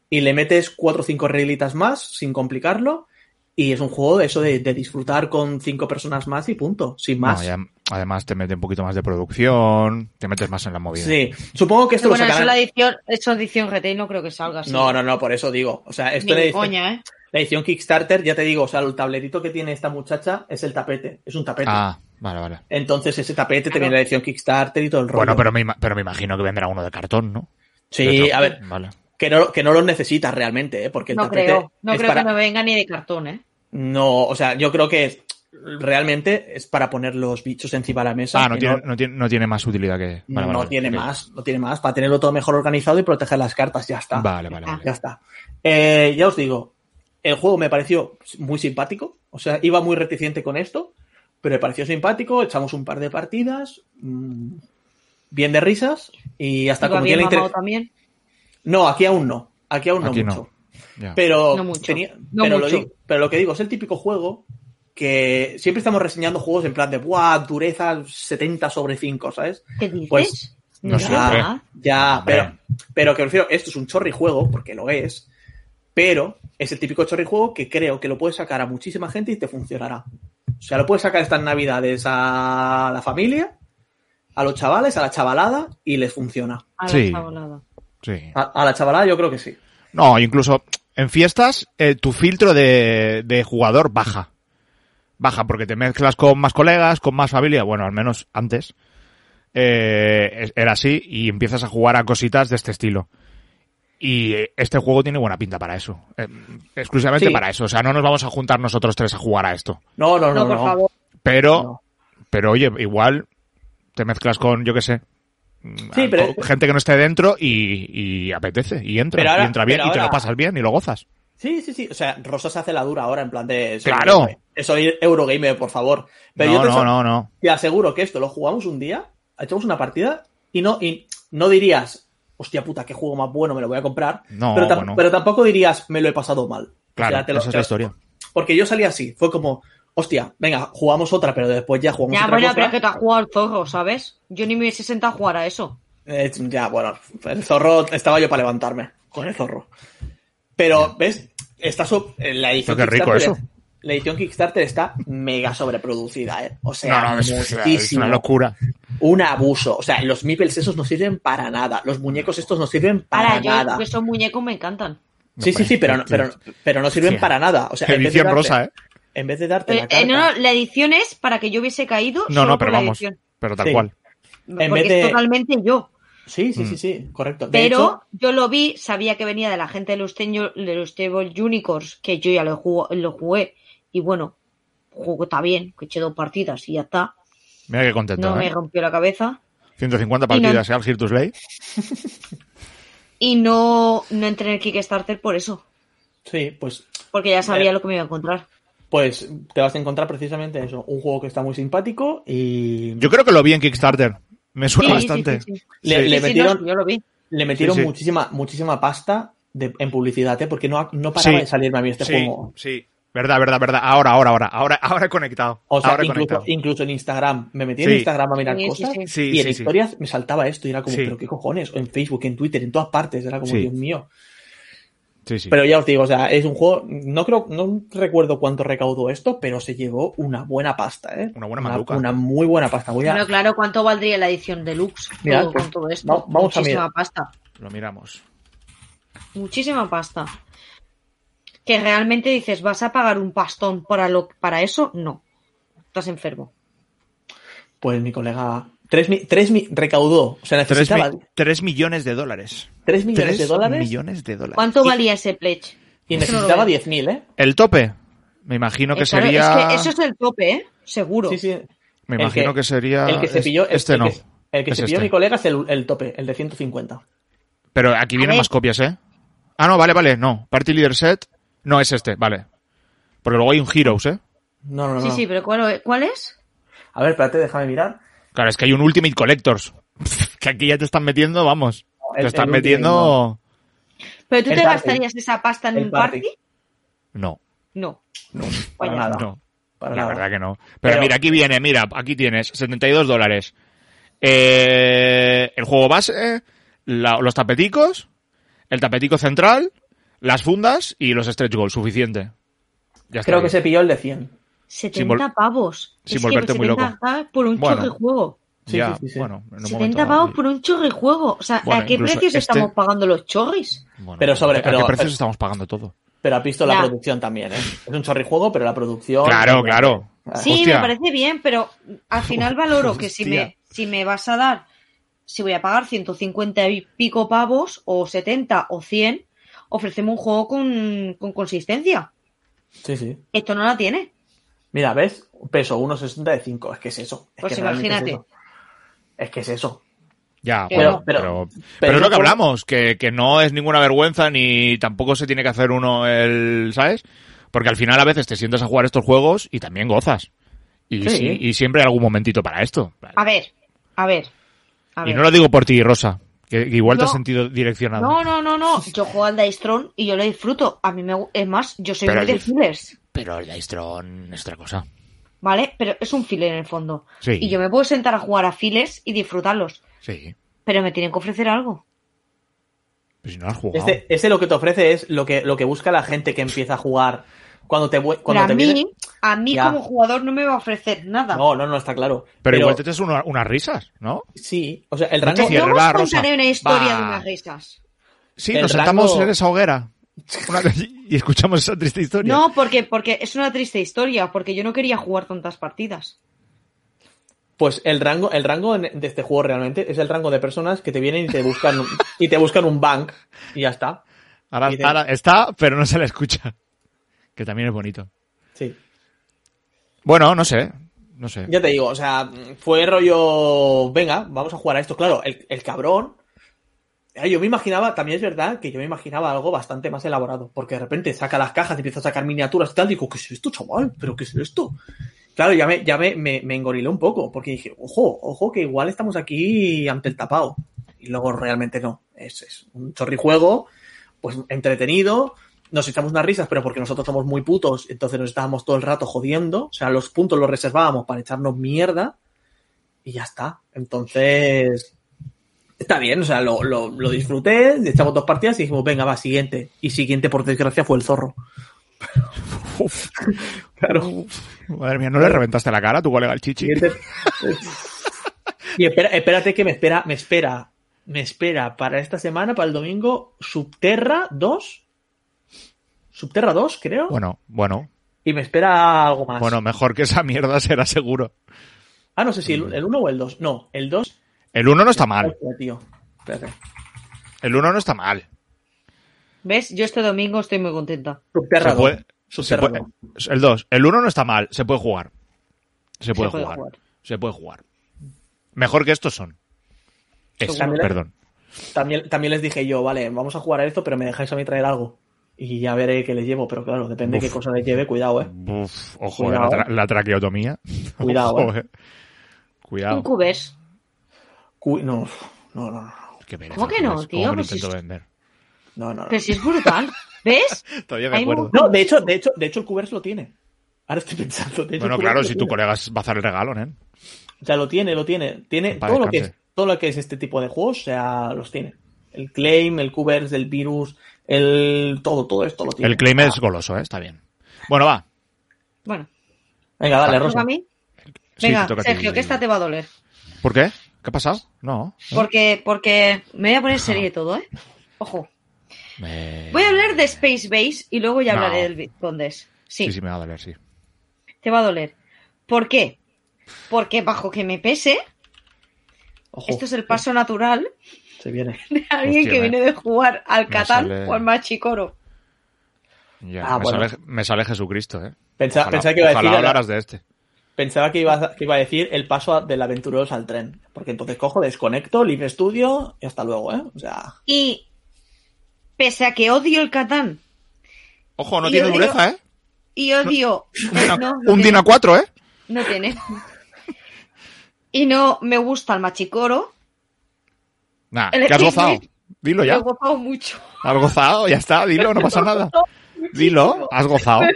y le metes cuatro o cinco reglitas más sin complicarlo y es un juego de eso de, de disfrutar con cinco personas más y punto, sin más. No, y adem- además te mete un poquito más de producción, te metes más en la movida. sí, supongo que esto bueno, lo eso sacarán... la edición, eso edición retail no creo que salga así. No, no, no, por eso digo. O sea, esto Ni le de coña, ¿eh? La edición Kickstarter, ya te digo, o sea, el tablerito que tiene esta muchacha es el tapete, es un tapete. Ah, vale, vale. Entonces ese tapete te Claro. viene la edición Kickstarter y todo el rollo. Bueno, pero me, ima- pero me imagino que vendrá uno de cartón, ¿no? sí, Otro- a ver, Vale. que no, que no lo necesitas realmente, ¿eh? porque el No tapete creo. No es creo para... que me venga ni de cartón, ¿eh? No, o sea, yo creo que es- realmente es para poner los bichos encima de la mesa. Ah, no que tiene, no, tiene, no tiene más utilidad que... vale, no- vale, no vale, tiene ok. más, no tiene más, para tenerlo todo mejor organizado y proteger las cartas, ya está. Vale, vale, vale. Ya está. Eh, ya os digo, el juego me pareció muy simpático. O sea, iba muy reticente con esto, pero me pareció simpático. Echamos un par de partidas, mm, bien de risas, y hasta Iba como bien tiene mamado inter- también. No, aquí aún no. Aquí aún no Aquí no. mucho. Ya. Pero, No mucho. tenía- No pero, mucho. Lo di- pero lo que digo, es el típico juego que siempre estamos reseñando juegos en plan de ¡buah! dureza 70 sobre 5, ¿sabes? ¿Qué dices? Pues, no Ya. siempre. Ya, Hombre. pero, pero que prefiero, esto es un chorri juego, porque lo es, pero es el típico chorri juego que creo que lo puedes sacar a muchísima gente y te funcionará. O sea, lo puedes sacar estas navidades a la familia, a los chavales, a la chavalada y les funciona. A la Sí. chavalada. Sí. A, a la chavalada yo creo que sí. No, incluso en fiestas eh, tu filtro de, de jugador baja. Baja porque te mezclas con más colegas, con más familia. Bueno, al menos antes eh, es- era así y empiezas a jugar a cositas de este estilo. Y eh, este juego tiene buena pinta para eso. eh, exclusivamente Sí. para eso. O sea, no nos vamos a juntar nosotros tres a jugar a esto. No, no, No, no, no. por favor. Pero, No. pero oye, igual te mezclas con, yo qué sé, mm, Sí, a- pero- con gente que no esté dentro y, y apetece. Y entra. Pero ahora- y entra bien y pero te lo ahora- pasas bien y lo gozas. Sí, sí, sí. O sea, Rosa se hace la dura ahora, en plan de. soy Claro. Eurogamer. Soy Eurogamer, por favor. Pero no, yo te, no, no, no. te aseguro que esto lo jugamos un día, echamos una partida y no, y no dirías, hostia puta, qué juego más bueno, me lo voy a comprar. No, pero, tam- bueno. pero tampoco dirías, me lo he pasado mal. Claro, O sea, te lo- esa es te la lo- historia. Porque yo salí así, fue como, hostia, venga, jugamos otra, pero después ya jugamos Ya, otra bueno, cosa. pero es que te has jugado al zorro, ¿sabes? Yo ni me hubiese sentado a jugar a eso. Eh, ya, bueno, el zorro estaba yo para levantarme con el zorro. Pero, ¿ves? Está so- eh, la edición Pero qué rico Kickstarter- eso. La edición Kickstarter está mega sobreproducida, ¿eh? O sea, no, no, es, es muchísimo. una locura. un abuso. O sea, los meeples esos no sirven para nada. Los muñecos estos no sirven para Ahora, yo pues- nada. esos muñecos me encantan. Sí, sí, sí, pero, no- pero, pero no sirven Hostia. para nada. O sea, en vez, de Edición darte, rosa, ¿eh? en vez de darte Eh, la eh, no, carta- no, la edición es para que yo hubiese caído. No, solo no, por pero la vamos. edición. Pero tal Sí. cual. En porque vez de- es totalmente yo. Sí, sí, sí, Mm. sí, correcto. De Pero hecho, yo lo vi, sabía que venía de la gente de los, Teño- de los Table Unicorns, que yo ya lo, jugo- lo jugué. Y bueno, juego está bien, que eché dos partidas y ya está. Mira qué Pues contento, No me ¿eh? rompió la cabeza. 150 Y no- partidas, ¿eh? Al Here to Slay. Y no, no entré en el Kickstarter por eso. sí, pues, Porque ya sabía Eh. lo que me iba a encontrar. pues te vas a encontrar precisamente eso. Un juego que está muy simpático y Yo creo que lo vi en Kickstarter. Me suena Sí, sí, bastante. sí, sí, Le- sí. Sí. Pues le- Sí, sí, metieron- no, yo lo vi. le metieron sí, sí. muchísima muchísima pasta de- en publicidad, ¿eh? Porque no, ha- no paraba Sí, de salirme a mí este sí, juego. sí. Verdad, verdad, verdad. Ahora, ahora, ahora. Ahora, ahora he conectado. O sea, ahora he incluso, conectado. incluso en Instagram. Me metí en Sí. Instagram a mirar Sí, sí, cosas sí. Sí, y en sí, sí. historias me saltaba esto y era como, Sí. pero qué cojones, o en Facebook, en Twitter, en todas partes, era como, Sí. Dios mío. Sí, sí. Pero ya os digo, o sea, es un juego, no creo, no recuerdo cuánto recaudó esto, pero se llevó una buena pasta, ¿eh? Una buena maluca. Una, muy buena pasta. Voy a- Bueno, claro, ¿cuánto valdría la edición deluxe Mirad, todo, pues, con todo esto? va- vamos a Muchísima mirar. pasta. Lo miramos. Muchísima pasta. Que realmente dices, ¿vas a pagar un pastón para, lo, para eso? No. Estás enfermo. Pues mi colega, tres, mi- tres mi- recaudó, o sea, Tres, necesitaba mi- tres millones de dólares. 3 millones Tres de dólares millones de dólares. ¿Cuánto Y- valía ese pledge? y Es que no lo necesitaba veo. 10.000, ¿eh? El tope. Me imagino que Eh, claro, sería. Es que eso es el tope, ¿eh? Seguro. Sí, sí. Me el imagino que, que- sería. el que se es- pilló, el- Este el no. que- el que Es se pilló este. mi colega es el, el tope, el de 150. Pero aquí vienen ver. más copias, ¿eh? Ah, no, vale, vale, no. Party Leader Set no es este, vale. Porque luego hay un Heroes, ¿eh? No, no, no. Sí, no. sí, pero ¿cuál, cuál es? A ver, espérate, déjame mirar. Claro, es que hay un Ultimate Collectors. que aquí ya te están metiendo, vamos. No, te el- están el metiendo. ¿Pero tú El te party. gastarías esa pasta en El un party. party? No, No. Para Vaya. nada. no. Para la nada. verdad que no. Pero, Pero- mira, aquí viene, mira, aquí tienes 72 dólares. Eh, el juego base, la- los tapeticos, el tapetico central, las fundas y los stretch goals, suficiente. Ya está Creo bien. que se pilló el de 100. 70 Sin vol- pavos. sin volverte muy loco. gajas por un Bueno. chorro de juego. Sí, Ya, sí, sí, sí. bueno, en un 70 momento- pavos por un chorri juego. O sea, Bueno, ¿a qué incluso precios este- estamos pagando los chorris? Bueno, Pero sobre- ¿a pero- qué precios pero- estamos pagando todo? Pero has visto la Ya. producción también, ¿eh? Es un chorrijuego, pero la producción. Claro, claro. Sí, Hostia. me parece bien, pero al final valoro que si me, Hostia. si me vas a dar, si voy a pagar 150 y pico pavos, o 70 o 100, ofrecemos un juego con, con consistencia. Sí, sí. Esto no la tiene. Mira, ¿ves? Peso 1,65. Es que es eso. Es Pues que realmente imagínate. Es, eso. Es que es eso. Ya, Pero- bueno, pero, pero- pero, pero es lo que yo- hablamos, que, que no es ninguna vergüenza ni tampoco se tiene que hacer uno el, ¿sabes? Porque al final a veces te sientas a jugar estos juegos y también gozas. Y, Sí. sí- y siempre hay algún momentito para esto. A ver, a ver. A Y ver. no lo digo por ti, Rosa, que, que igual te has No. sentido direccionado. No, no, no, no. Yo juego al Dice Throne y yo lo disfruto. A mí me gu- es más, yo soy Pero muy de dice- fillers, Pero el Dice Throne es otra cosa. ¿vale? Pero es un filler en el fondo. Sí. Y yo me puedo sentar a jugar a fillers y disfrutarlos. Sí, Pero me tienen que ofrecer algo. pero si no lo has jugado. Este, este lo que te ofrece es lo que, lo que busca la gente que empieza a jugar. Cuando te, vu- Pero cuando a te mí, viene- a mí Ya. como jugador no me va a ofrecer nada. No, no, no, está claro. Pero, igual te echas una- unas risas, ¿no? Sí, o sea, el No rango... te cierres. Luego va, os contaré Rosa. una historia Va. de unas risas. Sí, El nos sentamos rango- en esa hoguera una vez y escuchamos esa triste historia. No, porque, porque es una triste historia, porque yo no quería jugar tantas partidas. Pues el rango, el rango en- de este juego realmente es el rango de personas que te vienen y te buscan, un- y te buscan un bank y ya está. Ahora, Y de- ahora está, pero no se la escucha. Que también es bonito. Sí. Bueno, no sé. No sé. Ya te digo, o sea, fue rollo, venga, vamos a jugar a esto. Claro, el, el cabrón. eh, Yo me imaginaba, también es verdad que yo me imaginaba algo bastante más elaborado, porque de repente saca las cajas, empieza a sacar miniaturas y tal, digo, ¿qué es esto, chaval? ¿Pero qué es esto? Claro, ya me, ya me, me, me engorilé un poco, porque dije, ojo, ojo, que igual estamos aquí ante el tapado. Y luego realmente no, es, es un chorrijuego, pues entretenido, nos echamos unas risas, pero porque nosotros somos muy putos, entonces nos estábamos todo el rato jodiendo. O sea, los puntos los reservábamos para echarnos mierda y ya está. Entonces, está bien, o sea, lo, lo, lo disfruté, le echamos dos partidas y dijimos, venga, va, siguiente. Y siguiente, por desgracia, fue el zorro. claro. Madre mía, ¿no le reventaste la cara a tu colega el chichi? Siguiente. y espera- espérate que me espera, me espera, me espera para esta semana, para el domingo, Subterra 2. Subterra 2, creo. Bueno, bueno. Y me espera algo más. Bueno, mejor que esa mierda será seguro. Ah, no sé si el, 1 o el 2. No, el 2. El uno no está mal. tío. Espérate. El uno no está mal. ¿Ves? Yo este domingo estoy muy contenta. Subterra Se puede- 2. Se Subterra puede- 2. el 2. El 1 no está mal. Se puede jugar. Se puede, puede jugar. jugar. Se puede jugar. Mejor que estos son. Es, Seguro. perdón. También, también les dije yo, vale, vamos a jugar a esto, pero me dejáis a mí traer algo. Y ya veré qué les llevo, pero claro, depende Uf. de qué cosa les lleve, cuidado, eh. Uf, ojo, eh, la, Cuidado. tra- la traqueotomía. Cuidado, Ojo, eh. eh. Cuidado. Un cubers. Cu- no, no, no, no, Qué pereza, ¿Cómo que no, joder, tío? cómo lo Pues intento si- vender. no, no, no. Pero si es brutal. ¿Ves? Todavía me Hay acuerdo. un- No, de hecho, de hecho, de hecho el Cubers lo tiene. Ahora estoy pensando. De hecho, Bueno, el Cubers claro, lo si tu tiene. colega va a hacer el regalo, ¿eh? O sea, lo tiene, lo tiene. Tiene Pa' todo lo, que descanse. es, todo lo que es este tipo de juegos, o sea, los tiene. El claim, el Cubers, el virus, el todo, todo esto lo tiene. El claim es goloso, ¿eh? Está bien. Bueno, va. Bueno, Venga, dale, ¿toca Rosa. Pues a mí? Sí, Venga, te toca a ti. ¿Eh? Sergio, que esta te va a doler. ¿Por qué? ¿Qué ha pasado? No. Porque, porque me voy a Ah. poner serio y todo, ¿eh? Ojo. Me- Voy a hablar de Space Base y luego ya Eh. No. hablaré del Vizcondes. Sí. Sí, sí, me va a doler, sí. te va a doler. ¿Por qué? Porque bajo que me pese, Ojo, esto es el paso natural Se viene. de alguien Hostia, que me- viene de jugar al me Catán sale- o al Machicoro. Ya, Ah, me, bueno. sale, me sale Jesucristo, ¿eh? Pensa- Ojalá- pensaba que iba a ojalá decir- hablaras de este. Pensaba que iba, a, que iba a decir el paso a- del aventureros al tren. Porque entonces cojo, desconecto, libre estudio y hasta luego, ¿eh? O sea, Y pese a que odio el Catán Ojo, no Y tiene yo digo- dureza, ¿eh? y odio... Una- no, no un tiene- Dina 4, ¿eh? No tiene. Y no me gusta el Machicoro. Nah, El que has Space gozado. Base- Dilo Lo he ya. gozado mucho. Has gozado, ya está, dilo, no pasa nada. Dilo, has gozado. Me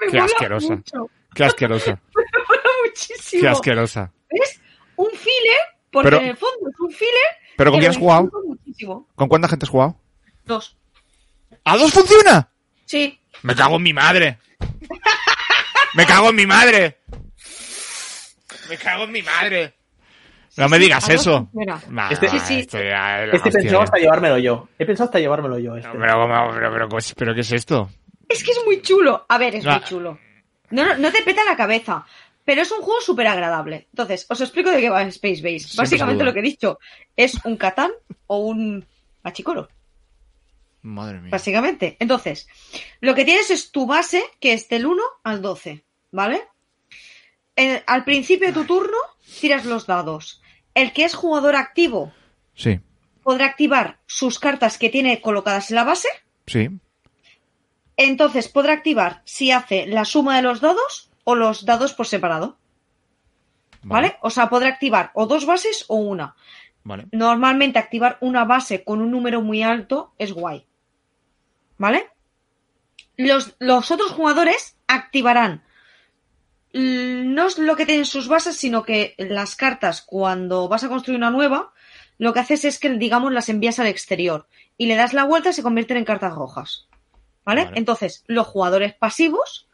Qué mola asquerosa. mucho, Qué asquerosa. me mola Qué muchísimo. asquerosa. es un filler, porque Pero- en el fondo es un filler. ¿Pero con que quién lo has jugado? disfruto Muchísimo. ¿Con cuánta gente has jugado? Dos. ¡A dos funciona! Sí. Me cago en mi madre. Me cago en mi madre. Me cago en mi madre. No me digas a dos eso. funciona. Nah, Este- Sí, sí. esto ya- este he hostia. pensado hasta llevármelo yo. He pensado hasta llevármelo yo. Este. No, pero, pero, pero, pero, ¿qué es- pero ¿qué es esto? Es que es muy chulo. A ver, es No. muy chulo. No, no, no te peta la cabeza. Pero es un juego súper agradable. Entonces, os explico de qué va Space Base. Siempre Básicamente saluda. lo que he dicho es un Catán o un Machicoro. Madre mía. básicamente. Entonces, lo que tienes es tu base, que es del 1 al 12, ¿vale? Eh, al principio de tu turno, tiras los dados. El que es jugador activo Sí, podrá activar sus cartas que tiene colocadas en la base. sí. Entonces podrá activar si hace la suma de los dados o los dados por separado, ¿vale? O sea, podrá activar o dos bases o una. Vale. Normalmente activar una base con un número muy alto es guay. ¿Vale? Los, los otros jugadores activarán l- no es lo que tienen sus bases, sino que las cartas, cuando vas a construir una nueva, lo que haces es que, digamos, las envías al exterior y le das la vuelta y se convierten en cartas rojas. ¿Vale? Vale. Entonces, los jugadores pasivos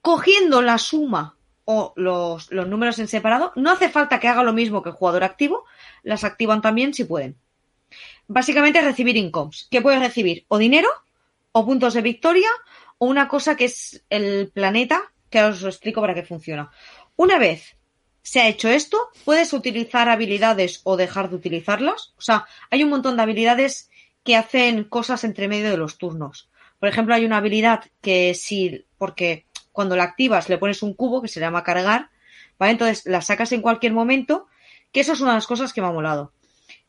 cogiendo la suma o los, los números en separado, no hace falta que haga lo mismo que el jugador activo, las activan también si pueden. Básicamente es recibir incomes, que puedes recibir o dinero, o puntos de victoria, o una cosa que es el planeta, que os lo explico para qué funciona. Una vez se ha hecho esto, puedes utilizar habilidades o dejar de utilizarlas. O sea, hay un montón de habilidades que hacen cosas entre medio de los turnos. Por ejemplo, hay una habilidad que si, porque cuando la activas le pones un cubo que se llama cargar, ¿vale? Entonces la sacas en cualquier momento, que eso es una de las cosas que me ha molado.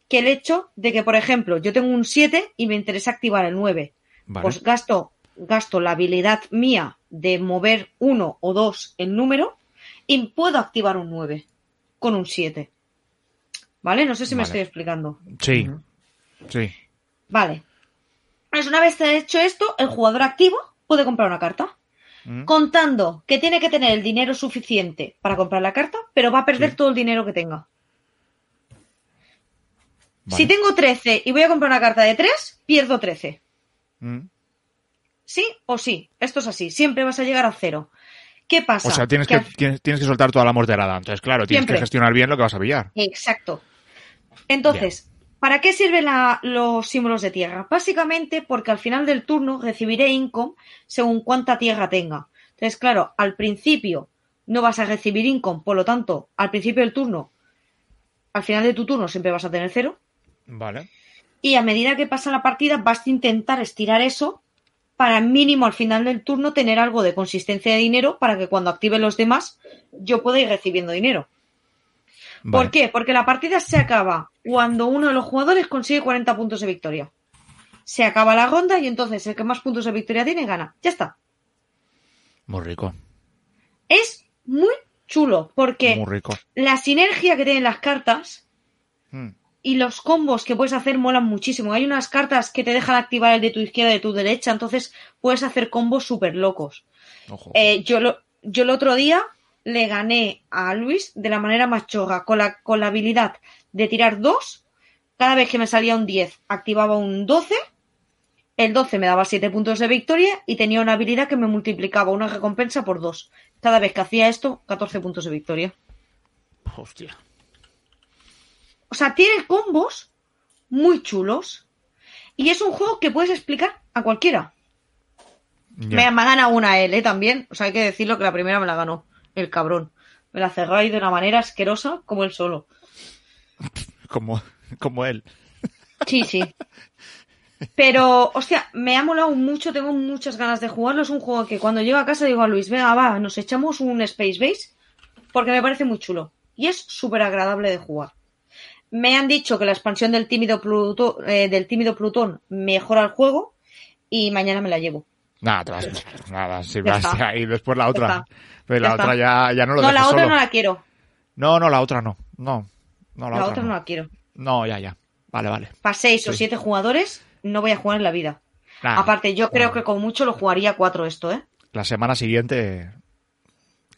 Que el hecho de que, por ejemplo, yo tengo un 7 y me interesa activar el 9, Vale. pues gasto, gasto la habilidad mía de mover uno o dos el número y puedo activar un 9 con un 7. ¿Vale? No sé si me Vale. estoy explicando. Sí. Sí. Vale. Pues una vez hecho esto, el jugador activo puede comprar una carta. Mm. Contando que tiene que tener el dinero suficiente para comprar la carta, pero va a perder Sí. todo el dinero que tenga. Vale. Si tengo 13 y voy a comprar una carta de 3, pierdo 13. Mm. Sí o sí. Esto es así. Siempre vas a llegar a cero. ¿Qué pasa? O sea, tienes que, Que al tienes, tienes que soltar toda la morterada. Entonces, claro, tienes Siempre. que gestionar bien lo que vas a pillar. Exacto. Entonces, ¿para qué sirven la- los símbolos de tierra? Básicamente porque al final del turno recibiré income según cuánta tierra tenga. Entonces, claro, al principio no vas a recibir income, por lo tanto, al principio del turno, al final de tu turno siempre vas a tener cero. Vale. Y a medida que pasa la partida vas a intentar estirar eso para mínimo al final del turno tener algo de consistencia de dinero para que cuando active los demás yo pueda ir recibiendo dinero. ¿Por qué? Porque la partida se acaba cuando uno de los jugadores consigue 40 puntos de victoria. Se acaba la ronda y entonces el que más puntos de victoria tiene gana. Ya está. Muy rico. Es muy chulo porque Muy rico. la sinergia que tienen las cartas Mm. y los combos que puedes hacer molan muchísimo. Hay unas cartas que te dejan activar el de tu izquierda y de tu derecha, entonces puedes hacer combos súper locos. Ojo. Eh, yo, lo- yo el otro día le gané a Luis de la manera más chorra, con la, con la habilidad de tirar dos. Cada vez que me salía un 10, activaba un 12. El 12 me daba 7 puntos de victoria y tenía una habilidad que me multiplicaba una recompensa por dos. Cada vez que hacía esto, 14 puntos de victoria. Hostia. O sea, tiene combos muy chulos. Y es un juego que puedes explicar a cualquiera. Ya. Me, me gana una él, ¿eh? También. O sea, hay que decirlo que la primera me la ganó. El cabrón. Me la cerró ahí de una manera asquerosa como él solo. Como, como él. Sí, sí. Pero, hostia, me ha molado mucho, tengo muchas ganas de jugarlo. Es un juego que cuando llego a casa digo a Luis, venga, va, nos echamos un Space Base porque me parece muy chulo. Y es súper agradable de jugar. Me han dicho que la expansión del tímido, Pluto- eh, del tímido Plutón mejora el juego y mañana me la llevo. Nada, te vas- nada, si Ya vas está. ahí después la Ya otra. está. Pero Ya la está. otra ya, ya no lo No, dejes la otra solo. no la quiero. No, no, la otra no. No, no la, La, otra no la quiero. No, ya, ya. Vale, vale. Para seis o Sí. Ah. siete jugadores no voy a jugar en la vida. Nada. Aparte, yo creo Bueno. que con mucho lo jugaría cuatro esto, ¿eh? La semana siguiente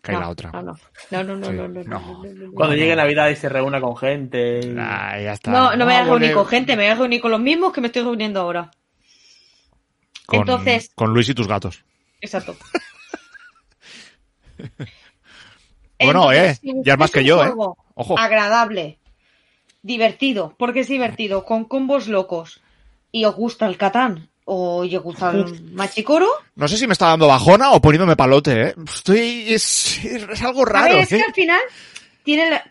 cae no, Ah, la otra. No, no, no, no, no, Sí. no, No. no, no, no, no. Cuando No, llegue no. Navidad y se reúna con gente. y- Ah, ya está. No, no me voy a reunir porque con gente, me voy a reunir con los mismos que me estoy reuniendo ahora. con- Entonces- Con Luis y tus gatos. Exacto. Bueno, Entonces, eh, si buscáis ya es más que un yo, eh. juego Ojo. Agradable, divertido, porque es divertido, con combos locos. Y os gusta el Catán, o y os gusta el Machicoro. No sé si me está dando bajona o poniéndome palote, ¿eh? Estoy... Es, es algo A raro, ver, es ¿eh? que al final tiene la.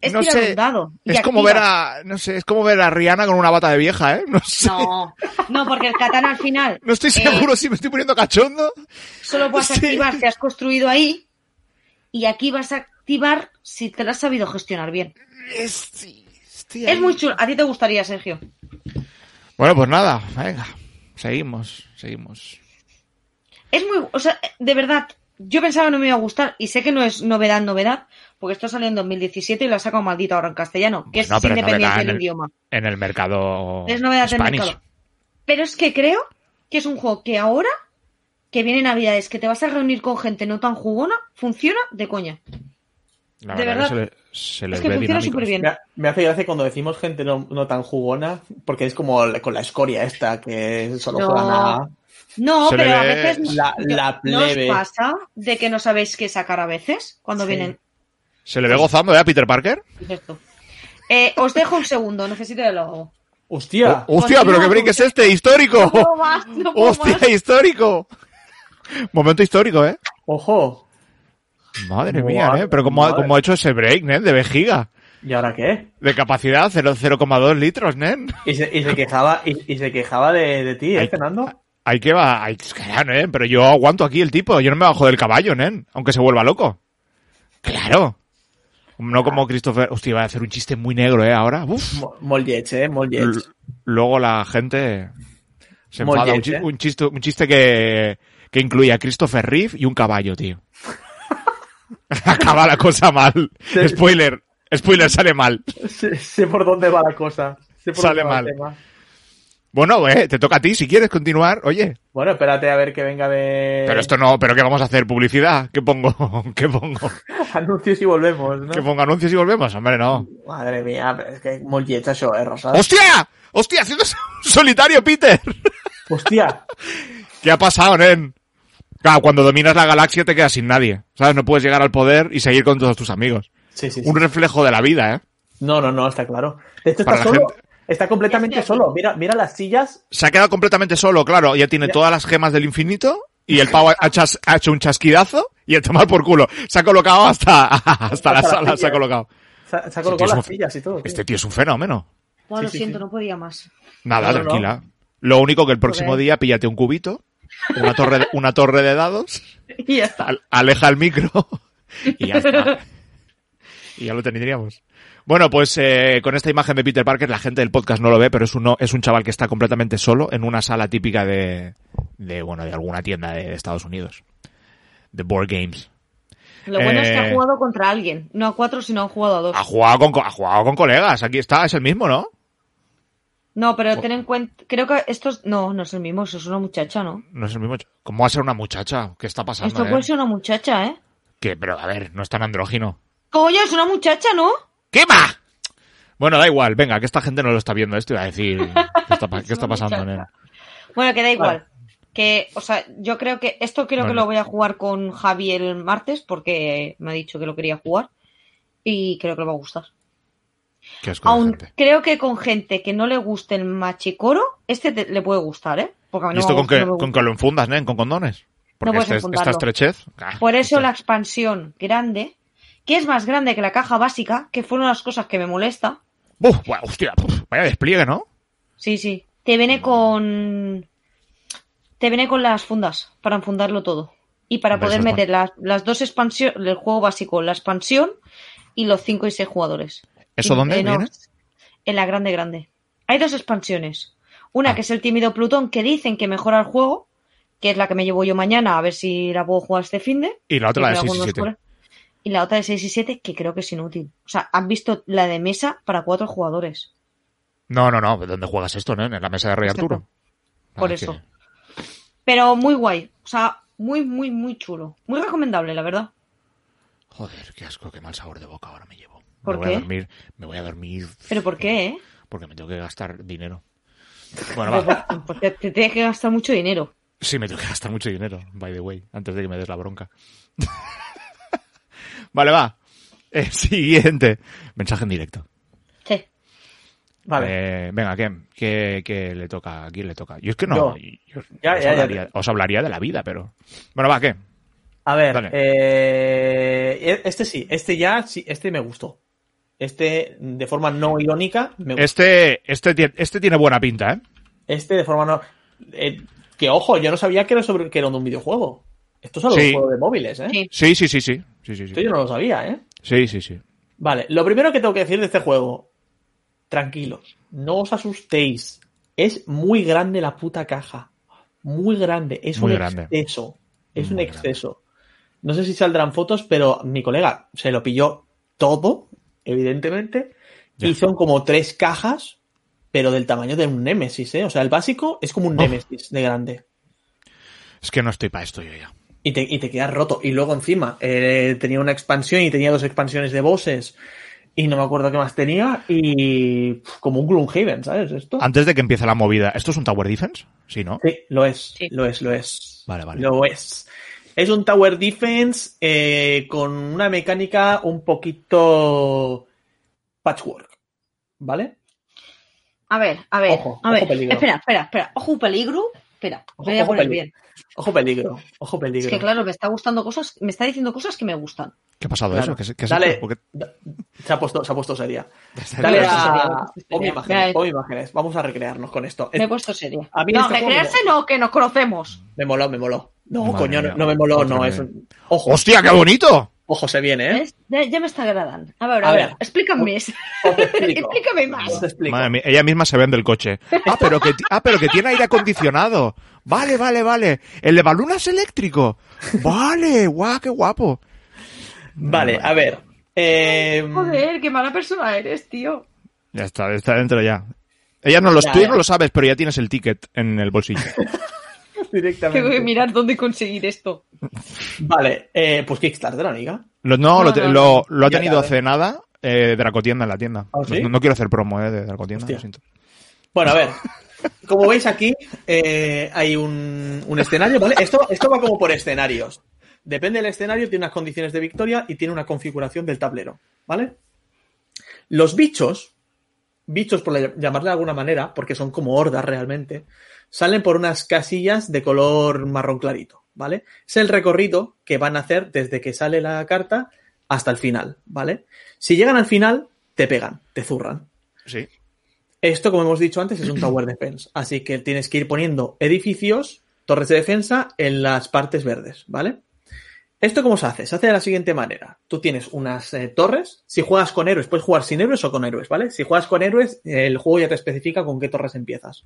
Es No tirar sé, un dado. y Es como ver activas. a... No sé, es como ver a Rihanna con una bata de vieja, ¿eh? No sé. No, No, Eh. no, porque el Catán al final estoy seguro si me estoy poniendo cachondo. solo puedes Sí. activar si has construido ahí. Y aquí vas a activar si te lo has sabido gestionar bien. Es, sí, estoy Es ahí. muy chulo. A ti te gustaría, Sergio. Bueno, pues nada, venga. Seguimos, seguimos. Es muy. O sea, de verdad, yo pensaba que no me iba a gustar. Y sé que no es novedad, novedad. Porque esto salió en 2017 y lo ha sacado maldita ahora en castellano. Que Bueno, es pero es novedad independiente en del el- idioma. En el mercado... Es novedad del Spanish. mercado. Pero es que creo que es un juego que ahora, que viene Navidades, que te vas a reunir con gente no tan jugona, funciona de coña. La De verdad, verdad. que se, le- se les Es que ve funciona dinámicos. súper bien. Me, ha- me hace gracia cuando decimos gente no, no tan jugona, porque es como la- con la escoria esta, que solo No. juegan a. No, Se le pero a ve- veces nos- La- la ¿no os plebe. pasa de que no sabéis qué sacar a veces cuando Sí. vienen. Se le ve gozando, ¿eh? A Peter Parker. ¿Qué es esto? Eh, os dejo un segundo, necesito el logo. Hostia. ¡Hostia, pero qué break es este! ¡Histórico! No más, no puedo ¡Hostia, más. histórico! Momento histórico, ¿eh? Ojo. Madre Madre, mía, ¿eh? Pero cómo, ha- madre. cómo ha hecho ese break, ¿eh? De vejiga. ¿Y ahora qué? De capacidad cero- 0,2 litros, ¿eh? Y se, y se quejaba, y, y se quejaba de, de ti, Ay. ¿eh, Fernando? Hay que va, hay que esperar, nen, pero yo aguanto aquí el tipo, yo no me bajo del caballo, nen, aunque se vuelva loco. Claro. No como Christopher, hostia, iba a hacer un chiste muy negro, eh, ahora. Uf. Mo- Molt lleig, eh? Molt lleig. L- Luego la gente se Muy enfada. bien, Un chiste, ¿eh? un chiste, un chiste que, que incluye a Christopher Reeve y un caballo, tío. Acaba la cosa mal. Sí. Spoiler. Spoiler, sale mal. Sé, sé por dónde va la cosa. Sé por Sale dónde va el mal. tema. Bueno, eh, te toca a ti si quieres continuar. Oye, Bueno, espérate a ver que venga de pero esto no, pero ¿qué vamos a hacer? ¿Publicidad? ¿Qué pongo? ¿Qué pongo? anuncios y volvemos, ¿no? Que ponga anuncios y volvemos, hombre, no. Madre mía, pero es que molt lleig això, eh, Rosa? ¡Hostia! ¡Hostia! ¡Haciéndose un solitario, Peter! Hostia, ¿Qué ha pasado, Nen? Claro, cuando dominas la galaxia te quedas sin nadie. ¿Sabes? No puedes llegar al poder y seguir con todos tus amigos. Sí, sí, sí. Un reflejo de la vida, ¿eh? No, no, no, está claro. De hecho, Para está la solo. gente- Está completamente Estoy aquí. solo. Mira, mira las sillas. Se ha quedado completamente solo, claro. Ya tiene Ya. todas las gemas del infinito y el pavo ha, chas- ha hecho un chasquidazo y el tomar por culo. Se ha colocado hasta, hasta la Hasta la sala, se ha silla. colocado. Se, ha- se tío ha colocado es las un- sillas y todo. tío. Este tío es un fenómeno. Buah, Sí, lo sí, siento, sí. no podía más. Nada, No, no, no. tranquila. Lo único que el próximo Joder. día píllate un cubito, una torre de- una torre de dados. Y ya está. Al- aleja el micro y ya está. y ya lo tendríamos. Bueno, pues eh, con esta imagen de Peter Parker, la gente del podcast no lo ve, pero es un, es un chaval que está completamente solo en una sala típica de, de bueno, de alguna tienda de, de Estados Unidos. De Board Games. Lo bueno es que Eh. ha jugado contra alguien. No a cuatro, sino ha jugado a dos. Ha Ah. jugado con, co- ha jugado con colegas, aquí está, es el mismo, ¿no? No, pero ten en cuenta. Creo que estos. No, no es el mismo, eso es una muchacha, ¿no? No es el mismo. ch- ¿Cómo va a ser una muchacha? ¿Qué está pasando? Esto eh? puede ser una muchacha, ¿eh? Que, pero a ver, no es tan andrógino. Coño, es una muchacha, ¿no? ¿Qué va? Bueno, da igual, venga, que esta gente no lo está viendo esto y va a decir, ¿qué está, pa- qué está pasando, muchacha. nena? Bueno, que da igual. Vale. Que, o sea, yo creo que esto creo que Vale. lo voy a jugar con Javi el martes porque me ha dicho que lo quería jugar y creo que le va a gustar. Qué asco de Aún gente. creo que con gente que no le guste el machicoro, este te- le puede gustar, ¿eh? Porque a mí ¿Y no esto me con gusta, que, no me con gusta. que lo enfundas, nen? ¿Con condones? Porque puedes este- esta enfundarlo. estrechez... ah, Por eso esta- la expansión grande, que es más grande que la caja básica, que fue una de las cosas que me molesta. Buf, buah, hostia, puf, vaya despliegue, ¿no? Sí, sí. Te viene con. Te viene con las fundas, para enfundarlo todo. Y para Hombre, poder eso es meter las, las dos expansiones, el juego básico, la expansión y los 5 y 6 jugadores. ¿Eso Y- dónde eh, no, viene? En la grande, grande. Hay dos expansiones. Una Ah. que es el tímido Plutón, que dicen que mejora el juego, que es la que me llevo yo mañana, a ver si la puedo jugar este fin de. Y la otra la de 6 y 7. Y la otra de 6 y 7, que creo que es inútil. O sea, han visto la de mesa para cuatro jugadores. No, no, no. ¿Dónde juegas esto, nen? En la mesa de Rey Exacto. Arturo. Este Por Ah, eso. que- Pero muy guay. O sea, muy, muy, muy chulo. Muy recomendable, la verdad. Joder, qué asco, qué mal sabor de boca ahora me llevo. me ¿Por voy qué? A dormir, me voy a dormir... ¿Pero por qué, eh? Porque me tengo que gastar dinero. Bueno, Pues, va. pues, pues, te, te tienes que gastar mucho dinero. Sí, me tengo que gastar mucho dinero, by the way, antes de que me des la bronca. vale, va. Eh, siguiente. Mensaje en directo. Sí. Vale. Eh, venga, ¿qué, qué, qué le toca? ¿A quién le toca? Yo es que no. Yo. yo- Ya, os, ya, ya. hablaría, os hablaría de la vida, pero. Bueno, va, ¿qué? A ver, dale. eh, este sí, este ya, sí, este me gustó. Este, de forma no irónica, me gustó. Este, este, tie- este tiene buena pinta, ¿eh? Este, de forma no. eh, que ojo, yo no sabía que era, sobre, que era de un videojuego. Esto es algo Sí. de un juego de móviles, ¿eh? Sí. Sí, sí, sí, sí. Sí, sí, Esto sí. yo no lo sabía, ¿eh? Sí, sí, sí. Vale, lo primero que tengo que decir de este juego, tranquilos, no os asustéis. Es muy grande la puta caja. Muy grande, es Muy un grande. exceso. Es Muy un grande. exceso. No sé si saldrán fotos, pero mi colega se lo pilló todo, evidentemente. Ya. Y son como tres cajas, pero del tamaño de un Nemesis, ¿eh? O sea, el básico es como un Uf. Nemesis de grande. Es que no estoy para esto yo ya. Y te, y te quedas roto. Y luego encima eh, tenía una expansión y tenía dos expansiones de bosses. Y no me acuerdo qué más tenía. Y pf, como un Gloomhaven, ¿sabes? Esto. Antes de que empiece la movida, ¿esto es un Tower Defense? Sí, ¿no? Sí, lo es, Sí. lo es, lo es. Vale, vale. Lo es. Es un Tower Defense eh, con una mecánica un poquito patchwork. ¿Vale? A ver, a ver, Ojo, a ojo ver. peligro. Espera, espera, espera. Ojo peligro. Espera, me voy a Ojo poner peligro, bien. Ojo peligro, ojo peligro. Es que claro, me está gustando cosas, me está diciendo cosas que me gustan. ¿Qué ha pasado Claro. eso? ¿Qué, es- qué es Dale. esto? ¿Por qué- Da- Se ha puesto, se ha puesto seria. Ah, Dale Dale a- a. Pon Mira, imágenes, mira, pon imágenes. Vamos a recrearnos con esto. Me he puesto seria. A mí No, este juego recrearse no, que nos conocemos. Me moló, me moló. No, Madre coño, mía. no, no me moló, Otra no. vez. Es un... Ojo, ¡Hostia, qué bonito! ojo, se viene, ¿eh? ¿Ves? Ya, ya me está agradando. A ver, A a, ver. ver, explícame. eso. Os explico. Explícame más. Os explico. Madre mía, ella misma se vende el coche. Ah, pero que, ti- ah, pero que tiene aire acondicionado. Vale, vale, vale. El de Baluna es eléctrico. Vale, guau, qué guapo. Vale, a ver. Eh, Joder, qué mala persona eres, tío. Ya está, está dentro ya. Ella no lo, Ya, tú ya. no lo sabes, pero ya tienes el ticket en el bolsillo. Tengo que directamente. mirar dónde conseguir esto. Vale, eh, pues Kickstarter, amiga. Lo- no, No, lo, te- no, lo- lo ha Ya, tenido ya, hace nada eh, Dracotienda en la tienda. ¿Ah, sí? no, no quiero hacer promo eh, de Dracotienda, Hostia. lo siento. Bueno, a ver. Como veis aquí, eh, hay un, un escenario, ¿vale? Esto, esto va como por escenarios. Depende del escenario, tiene unas condiciones de victoria y tiene una configuración del tablero, ¿vale? Los bichos, bichos por la- llamarle de alguna manera, porque son como hordas realmente, salen por unas casillas de color marrón clarito, ¿vale? Es el recorrido que van a hacer desde que sale la carta hasta el final, ¿vale? Si llegan al final, te pegan, te zurran, Sí. esto, como hemos dicho antes, es un tower defense. Así que tienes que ir poniendo edificios, torres de defensa en las partes verdes, ¿vale? ¿Esto cómo se hace? Se hace de la siguiente manera. Tú tienes unas eh, torres. Si juegas con héroes, puedes jugar sin héroes o con héroes, ¿vale? Si juegas con héroes, el juego ya te especifica con qué torres empiezas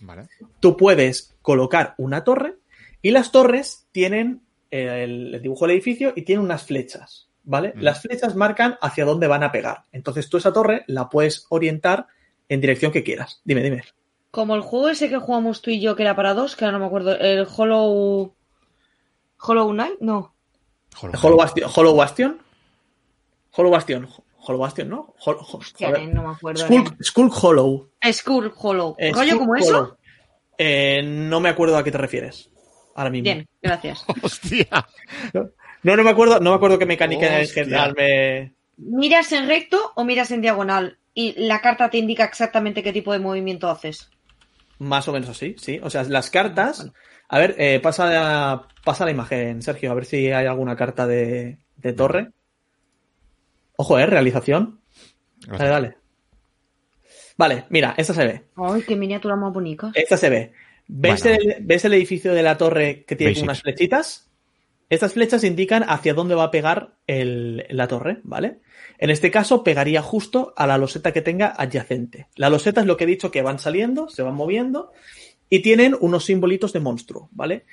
Vale. tú puedes colocar una torre y las torres tienen eh, el, el dibujo del edificio y tienen unas flechas, ¿vale? Ujú. Las flechas marcan hacia dónde van a pegar. Entonces tú esa torre la puedes orientar en dirección que quieras. Dime, dime. Como el juego ese que jugamos tú y yo, que era para dos, que ahora no me acuerdo, el Hollow. ¿Hollow Knight? No. Joder, Hollow Bastion. Hollow Bastion. Hollow Bastion. Hollow Bastion, ¿no? Hol- jo- Hostia, joder. eh, no me acuerdo. Skulk, Skulk Hollow. eh. Skull Hollow. Eh, ¿Rollo Skulk como Hollow. eso? Eh, no me acuerdo a qué te refieres. Ahora mismo. Bien, gracias. Hostia. No, no me acuerdo, no me acuerdo qué mecánica en Hostia. general me. ¿Miras en recto o miras en diagonal? Y la carta te indica exactamente qué tipo de movimiento haces. Más o menos así, sí. O sea, las cartas. A ver, eh, pasa, la, pasa la imagen, Sergio, a ver si hay alguna carta de, de torre. Ojo, ¿eh? Realización. Dale, dale. Vale, mira, esta se ve. Ay, qué miniatura más bonita. Esta se ve. ¿Ves, Bueno. el, ¿Ves el edificio de la torre que tiene como Basics. unas flechitas? Estas flechas indican hacia dónde va a pegar el- la torre, ¿vale? En este caso, pegaría justo a la loseta que tenga adyacente. La loseta es lo que he dicho que van saliendo, se van moviendo y tienen unos simbolitos de monstruo, ¿vale?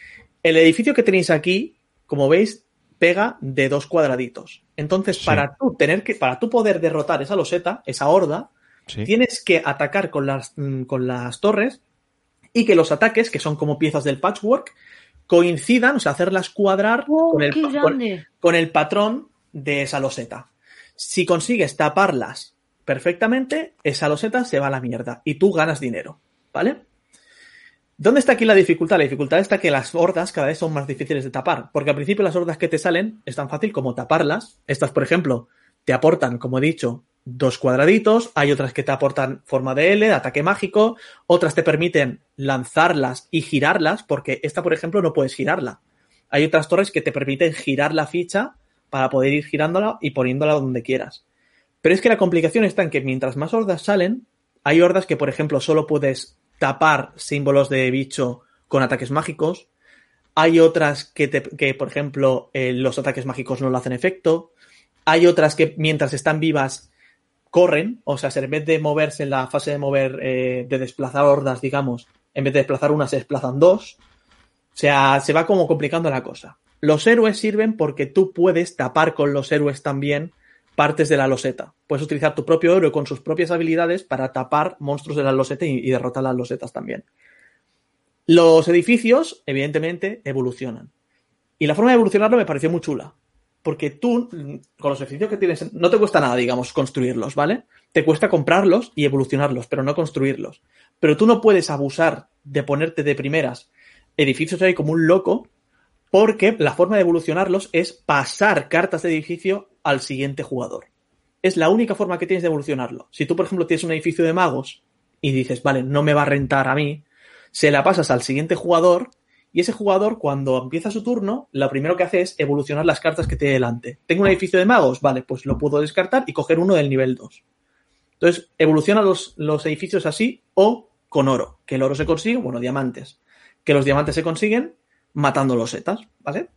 El edificio que tenéis aquí, como veis, pega de dos cuadraditos. Entonces, Sí. para tú tener que, para tú poder derrotar esa loseta, esa horda, Sí. tienes que atacar con las, mm, con las torres y que los ataques, que son como piezas del patchwork, coincidan, o sea, hacerlas cuadrar Oh, con, el, qué pa- con- grande. con el patrón de esa loseta. Si consigues taparlas perfectamente, esa loseta se va a la mierda y tú ganas dinero, ¿vale? ¿Dónde está aquí la dificultad? La dificultad está que las hordas cada vez son más difíciles de tapar, porque al principio las hordas que te salen es tan fácil como taparlas. Estas, por ejemplo, te aportan, como he dicho, dos cuadraditos, hay otras que te aportan forma de L, de ataque mágico, otras te permiten lanzarlas y girarlas, porque esta, por ejemplo, no puedes girarla. Hay otras torres que te permiten girar la ficha para poder ir girándola y poniéndola donde quieras. Pero es que la complicación está en que mientras más hordas salen, hay hordas que, por ejemplo, solo puedes tapar símbolos de bicho con ataques mágicos. Hay otras que, te- que, por ejemplo, eh, los ataques mágicos no lo hacen efecto. Hay otras que mientras están vivas corren, o sea, en vez de moverse en la fase de mover, eh, de desplazar hordas, digamos, en vez de desplazar una, se desplazan dos. O sea, se va como complicando la cosa. Los héroes sirven porque tú puedes tapar con los héroes también partes de la loseta. Puedes utilizar tu propio héroe con sus propias habilidades para tapar monstruos de la loseta y, y derrotar las losetas también. Los edificios, evidentemente, evolucionan. Y la forma de evolucionarlo me pareció muy chula. porque tú, con los edificios que tienes, no te cuesta nada, digamos, construirlos, ¿vale? Te cuesta comprarlos y evolucionarlos, pero no construirlos. Pero tú no puedes abusar de ponerte de primeras edificios ahí como un loco, porque la forma de evolucionarlos es pasar cartas de edificio al siguiente jugador. Es la única forma que tienes de evolucionarlo. Si tú, por ejemplo, tienes un edificio de magos y dices, vale, no me va a rentar a mí, se la pasas al siguiente jugador y ese jugador, cuando empieza su turno, lo primero que hace es evolucionar las cartas que tiene delante. Tengo un edificio de magos, vale, pues lo puedo descartar y coger uno del nivel 2. Entonces, evoluciona los, los, edificios así o con oro, que el oro se consigue, bueno, diamantes, que los diamantes se consiguen matando los setas, ¿vale?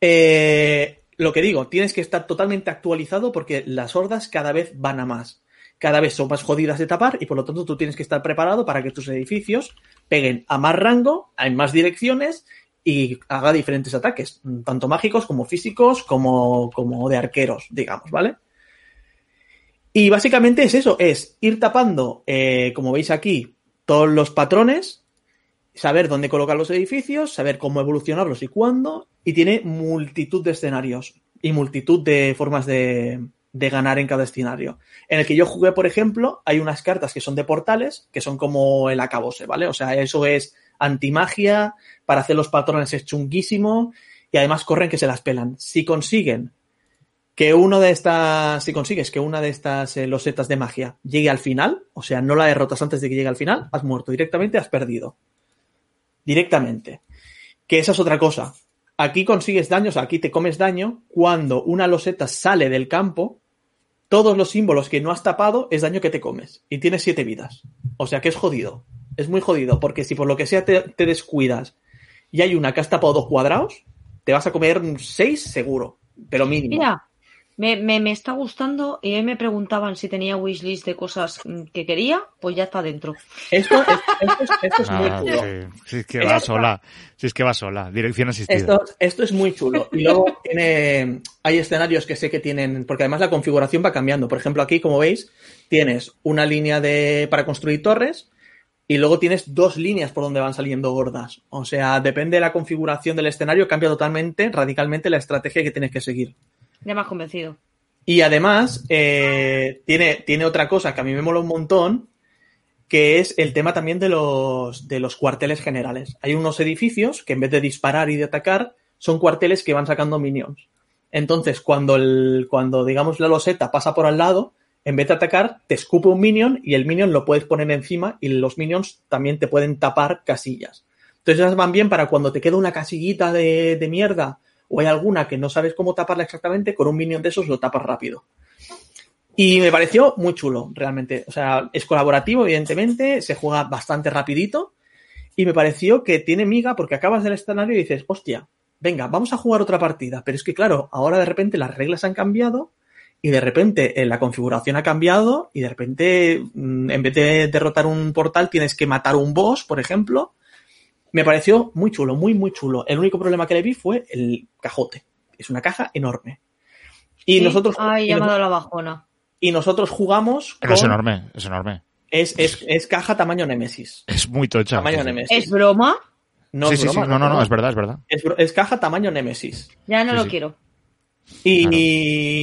Eh, lo que digo, tienes que estar totalmente actualizado porque las hordas cada vez van a más cada vez son más jodidas de tapar y por lo tanto tú tienes que estar preparado para que tus edificios peguen a más rango, en más direcciones y haga diferentes ataques, tanto mágicos como físicos, como, como de arqueros, digamos, ¿vale? Y básicamente es eso, es ir tapando, eh, como veis aquí, todos los patrones, saber dónde colocar los edificios, saber cómo evolucionarlos y cuándo, y tiene multitud de escenarios y multitud de formas de, de ganar en cada escenario. En el que yo jugué, por ejemplo, hay unas cartas que son de portales, que son como el acabose, ¿vale? O sea, eso es antimagia, para hacer los patrones es chunguísimo, y además corren que se las pelan. Si consiguen que uno de estas, si consigues que una de estas eh, losetas de magia llegue al final, o sea, no la derrotas antes de que llegue al final, has muerto directamente, has perdido. Directamente. Que esa es otra cosa. Aquí consigues daños, aquí te comes daño cuando una loseta sale del campo todos los símbolos que no has tapado es daño que te comes. Y tienes siete vidas. O sea que es jodido. Es muy jodido. Porque si por lo que sea te, te, descuidas y hay una que has tapado dos cuadrados, te vas a comer seis seguro. Pero mínimo. Mira, me, me, me está gustando y me preguntaban si tenía wishlist de cosas que quería, pues ya está dentro. Esto, es, esto, es, esto es muy Ah, chulo. sí. Si es que va sola, si es que va sola, dirección asistida. Esto, esto es muy chulo. Y luego tiene, hay escenarios que sé que tienen, porque además la configuración va cambiando. Por ejemplo, aquí, como veis, tienes una línea de, para construir torres y luego tienes dos líneas por donde van saliendo gordas. O sea, depende de la configuración del escenario, cambia totalmente, radicalmente la estrategia que tienes que seguir. Ya me has convencido. Y además, eh, tiene, tiene otra cosa que a mí me mola un montón, que es el tema también de los, de los cuarteles generales. Hay unos edificios que en vez de disparar y de atacar, son cuarteles que van sacando minions. Entonces, cuando, el, cuando digamos la loseta pasa por al lado, en vez de atacar, te escupe un minion y el minion lo puedes poner encima y los minions también te pueden tapar casillas. Entonces, esas van bien para cuando te queda una casillita de, de mierda o hay alguna que no sabes cómo taparla exactamente, con un minion de esos lo tapas rápido. Y me pareció muy chulo, realmente. O sea, es colaborativo, evidentemente, se juega bastante rapidito. Y me pareció que tiene miga porque acabas del escenario y dices, hostia, venga, vamos a jugar otra partida. Pero es que, claro, ahora de repente las reglas han cambiado y de repente eh, la configuración ha cambiado y de repente, mm, en vez de derrotar un portal, tienes que matar un boss, por ejemplo. Me pareció muy chulo, muy, muy chulo. El único problema que le vi fue el cajote. Es una caja enorme. Y Sí, nosotros... Ay, y ya me ha nosotros- dado la bajona. y nosotros jugamos Pero es con- enorme, es enorme. es, es- es caja tamaño Nemesis. Es muy tocha. Tamaño Sí, sí. Nemesis. ¿Es broma? no sí, es sí, sí. broma, No, no, no, broma. es verdad, es verdad. Es bro- es caja tamaño Nemesis. Ya no Sí, lo sí. quiero. Y, Claro.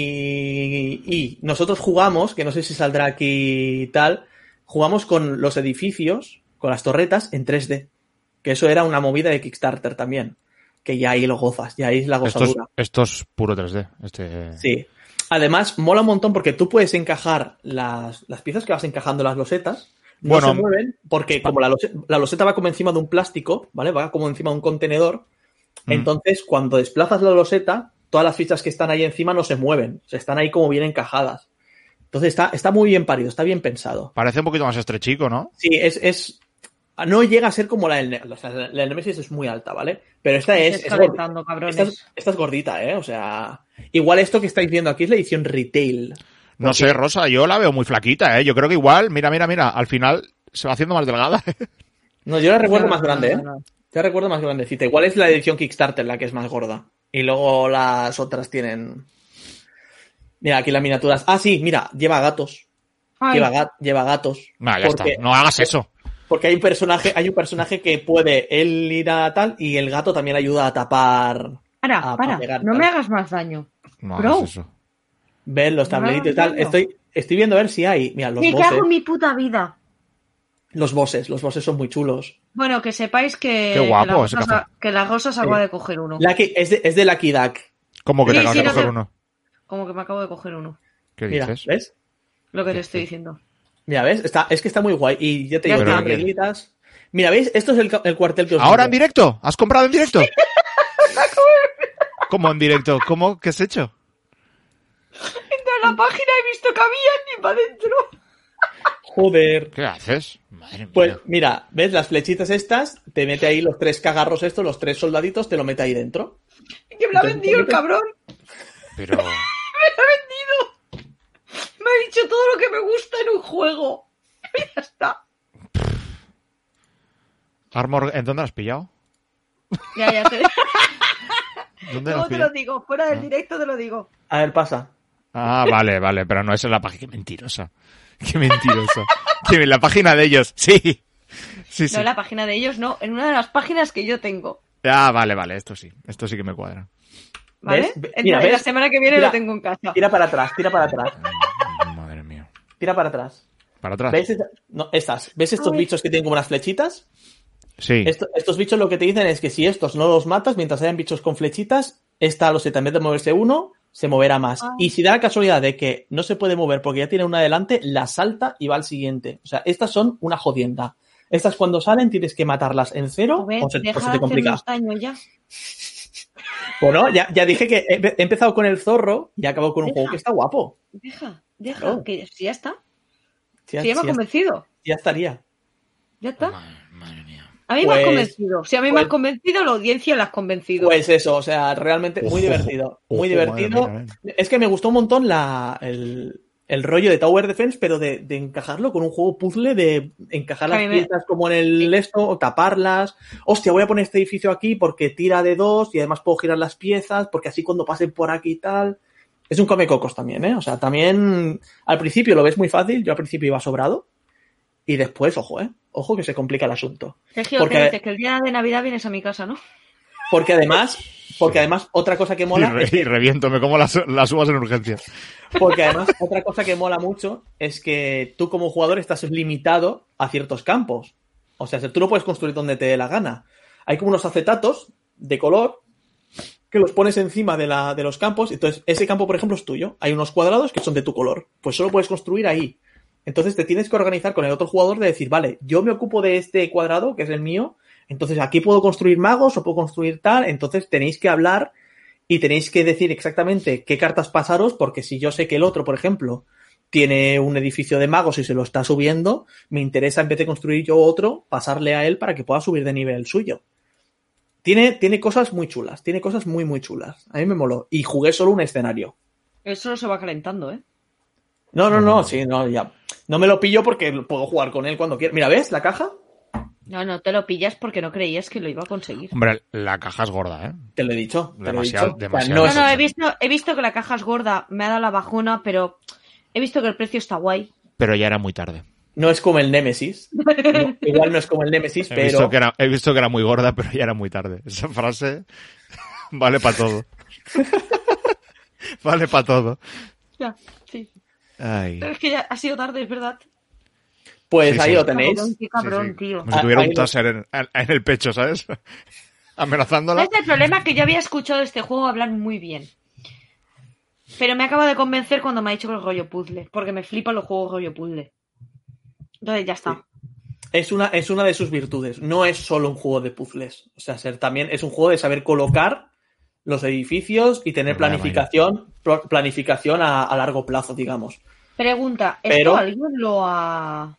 y, nosotros jugamos, que no sé si saldrá aquí tal, jugamos con los edificios, con las torretas en 3D. Que eso era una movida de Kickstarter también. Que ya ahí lo gozas, ya ahí es la Esto es, gozadura. esto es puro 3D. Este... Sí. Además, mola un montón porque tú puedes encajar las, las piezas que vas encajando en las losetas. No Bueno, se mueven porque como la, lose- la loseta va como encima de un plástico, ¿vale? Va como encima de un contenedor. Mm. Entonces, cuando desplazas la loseta, todas las fichas que están ahí encima no se mueven. O sea, están ahí como bien encajadas. Entonces, está, está muy bien parido, está bien pensado. Parece un poquito más estrechico, ¿no? Sí, es... es no llega a ser como la del Ne- o sea, la del Nemesis es muy alta, ¿vale? Pero esta Me es, estáis es, gordi- calentando, cabrones. esta es, esta es gordita, ¿eh? O sea, igual esto que estáis viendo aquí es la edición retail. No Porque- sé, Rosa, yo la veo muy flaquita, ¿eh? Yo creo que igual, mira, mira, mira, al final se va haciendo más delgada. No, yo la recuerdo más No, no, grande, ¿eh? no, no. Yo la recuerdo más grandecita. Igual es la edición Kickstarter la que es más gorda. Y luego las otras tienen... Mira, aquí las miniaturas. Ah, sí, mira, lleva gatos. Ay, Lleva, ga- lleva gatos. Nah, Ah, ya porque, está. No hagas eso. porque hay un personaje, hay un personaje que puede él ir a tal y el gato también ayuda a tapar Para, a para, pegar, no me tal. hagas más daño. No Bro. hagas eso. Ver los No, tableritos y tal. no. Estoy, estoy viendo a ver si hay. Mira, los Ni que bosses. hago en mi puta vida. Los bosses, los bosses son muy chulos. Bueno, que sepáis que, Qué guapo que, la, ese rosa, café. que la rosa se acaba de coger uno. Lucky- es, de, es de Lucky Duck. ¿Cómo que te Sí, acabas sí, de no coger sé. uno? Como que me acabo de coger uno. ¿Qué Mira, dices? ¿ves? Lo que te estoy diciendo. Mira, ¿ves? Está, es que está muy guay. Y ya te Ya digo, está. tiene reglas. Mira, ¿veis? Esto es el, ca- el cuartel que os ¿Ahora en digo. directo? ¿Has comprado en directo? ¿Cómo en directo? ¿Cómo? ¿Qué has hecho? En la página he visto que había ni para adentro. Joder. ¿Qué haces? Madre mía. Pues mira, ¿ves? Las flechitas estas, te mete ahí los tres cagarros estos, los tres soldaditos, te lo mete ahí dentro. Que me la ha vendido el cabrón. Pero... Me ha dicho todo lo que me gusta en un juego. Y ya está. Armor... ¿En dónde lo has pillado? Ya, ya te... ¿Dónde lo Luego has te lo pillado? digo. Fuera del directo te lo digo. A ver, pasa. Ah, vale, vale. Pero no, esa es la página. ¡Qué mentirosa! ¡Qué mentirosa! ¡Qué la página de ellos! ¡Sí! Sí, sí. No, en la página de ellos no. En una de las páginas que yo tengo. Ah, vale, vale. Esto sí. Esto sí que me cuadra. ¿Vale? ¿Ves? Ve- En mira, la- en la ¿ves? semana que viene Mira. lo tengo en casa. Tira para atrás, tira para atrás, Mm, Madre mía. tira para atrás. ¿Para atrás? ¿Ves? esta- no, estas. ¿Ves estos Ay. bichos que tienen como unas flechitas? Sí. Esto- estos bichos lo que te dicen es que si estos no los matas, mientras hayan bichos con flechitas, esta loseta, en vez de moverse uno, se moverá más. Ah. Y si da la casualidad de que no se puede mover porque ya tiene una adelante, la salta y va al siguiente. O sea, estas son una jodienda. Estas cuando salen tienes que matarlas en cero Joder, o Pues se, o Pues deja se de te complica. hacernos daño ya. Bueno, ya, ya dije que he, he empezado con el zorro y he acabado con un Deja. juego que está guapo. Deja, deja. Claro. Que si ya está. Sí, Si Ya, ya me ha sí, ya- convencido. ya estaría. Ya está. Madre, madre mía. A mí me Pues- has convencido. Si a mí me pues- has convencido, la audiencia la has convencido. Pues eso, o sea, realmente Ojo, muy divertido. ojo, Muy divertido. madre mía, Es que me gustó un montón la, el, el rollo de Tower Defense, pero de, de encajarlo con un juego puzzle, de encajar A las mí me- piezas como en el esto, o taparlas. Hostia, voy a poner este edificio aquí porque tira de dos y además puedo girar las piezas, porque así cuando pasen por aquí y tal. Es un come cocos también, ¿eh? O sea, también al principio lo ves muy fácil, yo al principio iba sobrado. Y después, ojo, ¿eh? Ojo que se complica el asunto. Sergio, porque- ¿qué dices? Que el día de Navidad vienes a mi casa, ¿no? Porque además, porque además, otra cosa que Y, mola re- y reviento, me como las, las uvas en urgencias. Porque además, otra cosa que mola mucho es que tú como jugador estás limitado a ciertos campos. O sea, tú lo puedes construir donde te dé la gana. Hay como unos acetatos de color que los pones encima de, la, de los campos. Entonces, ese campo, por ejemplo, es tuyo. Hay unos cuadrados que son de tu color. Pues solo puedes construir ahí. Entonces, te tienes que organizar con el otro jugador de decir, vale, yo me ocupo de este cuadrado, que es el mío. Entonces, aquí puedo construir magos o puedo construir tal. Entonces, tenéis que hablar y tenéis que decir exactamente qué cartas pasaros, porque si yo sé que el otro, por ejemplo, tiene un edificio de magos y se lo está subiendo, me interesa, en vez de construir yo otro, pasarle a él para que pueda subir de nivel el suyo. Tiene, tiene cosas muy chulas, tiene cosas muy, muy chulas. A mí me moló. Y jugué solo un escenario. Eso se va calentando, ¿eh? No, no, no, sí, no, ya. No me lo pillo porque puedo jugar con él cuando quiera. Mira, ¿ves la caja? No, no te lo pillas porque no creías que lo iba a conseguir. Hombre, la caja es gorda, ¿eh? Te lo he dicho. Te lo he Demasiado- dicho. O sea, demasiado. no No, es- no, he visto, he visto que la caja es gorda, me ha dado la bajona, pero he visto que el precio está guay. Pero ya era muy tarde. no es como el Némesis. No, igual no es como el Némesis, He, pero. visto que era, he visto que era muy gorda, pero ya era muy tarde. Esa frase vale para todo. vale para todo. Ya, sí. Ay. Pero es que ya ha sido tarde, es verdad. Pues Sí, ahí sí. lo tenéis. Qué Sí, cabrón, sí. tío. Como si tuviera Ah, un ahí lo- taser en, en- en el pecho, ¿sabes? Amenazándola. ¿Sabes el problema? Que yo había escuchado este juego hablar muy bien. Pero me acabo de convencer cuando me ha dicho que el rollo puzzle, porque me flipan los juegos rollo puzzle. Entonces ya está. Es una, es una de sus virtudes. No es solo un juego de puzzles. O sea, ser también es un juego de saber colocar los edificios y tener Vaya, vaya. planificación, pro- planificación a, a largo plazo, digamos. Pregunta, ¿esto Pero- alguien lo ha...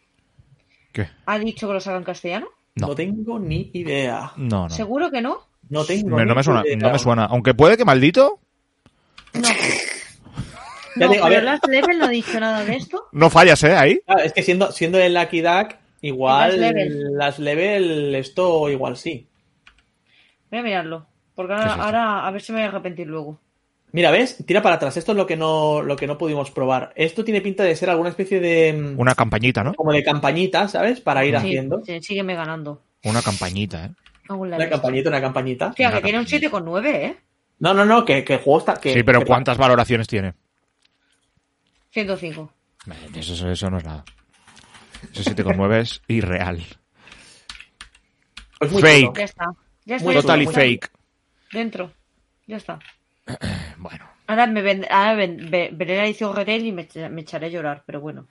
¿Qué? ha dicho que lo saca en castellano? No. No, tengo ni idea. No, no. ¿Seguro que no? No tengo. Me- no ni me suena, idea. no me suena. Aunque puede que maldito, No. Ya No, digo, a pero ver. Last Level no ha dicho nada de esto. no fallas, ¿eh? Ahí. Claro, Ah, es que siendo, siendo el Lucky Duck, igual Las level. las level, esto igual sí. Voy a mirarlo. Porque ¿Qué ahora, es esto? ahora a ver si me voy a arrepentir luego. Mira, ¿ves? Tira para atrás. Esto es lo que no, lo que no pudimos probar. Esto tiene pinta de ser alguna especie de. mm, Una campañita, ¿no? como de campañita, ¿sabes? Para ir Sí, haciendo. sí, sígueme ganando. Una campañita, ¿eh? Hago un Una live. campañita, una campañita. Hostia, Una que tiene un campañita. 7,9, ¿eh? No, no, no, que, que el juego está. Que, sí, pero que- ¿cuántas valoraciones tiene? 105. Eso, eso- eso no es nada. Eso 7,9 es irreal. es muy Fake. chulo. Ya está. Ya está. Muy ya Totally está. fake. Dentro. Ya está. Bueno. Ahora me ven, ahora ven- ve- veré la edición retail y me, echa- me echaré a llorar, pero bueno.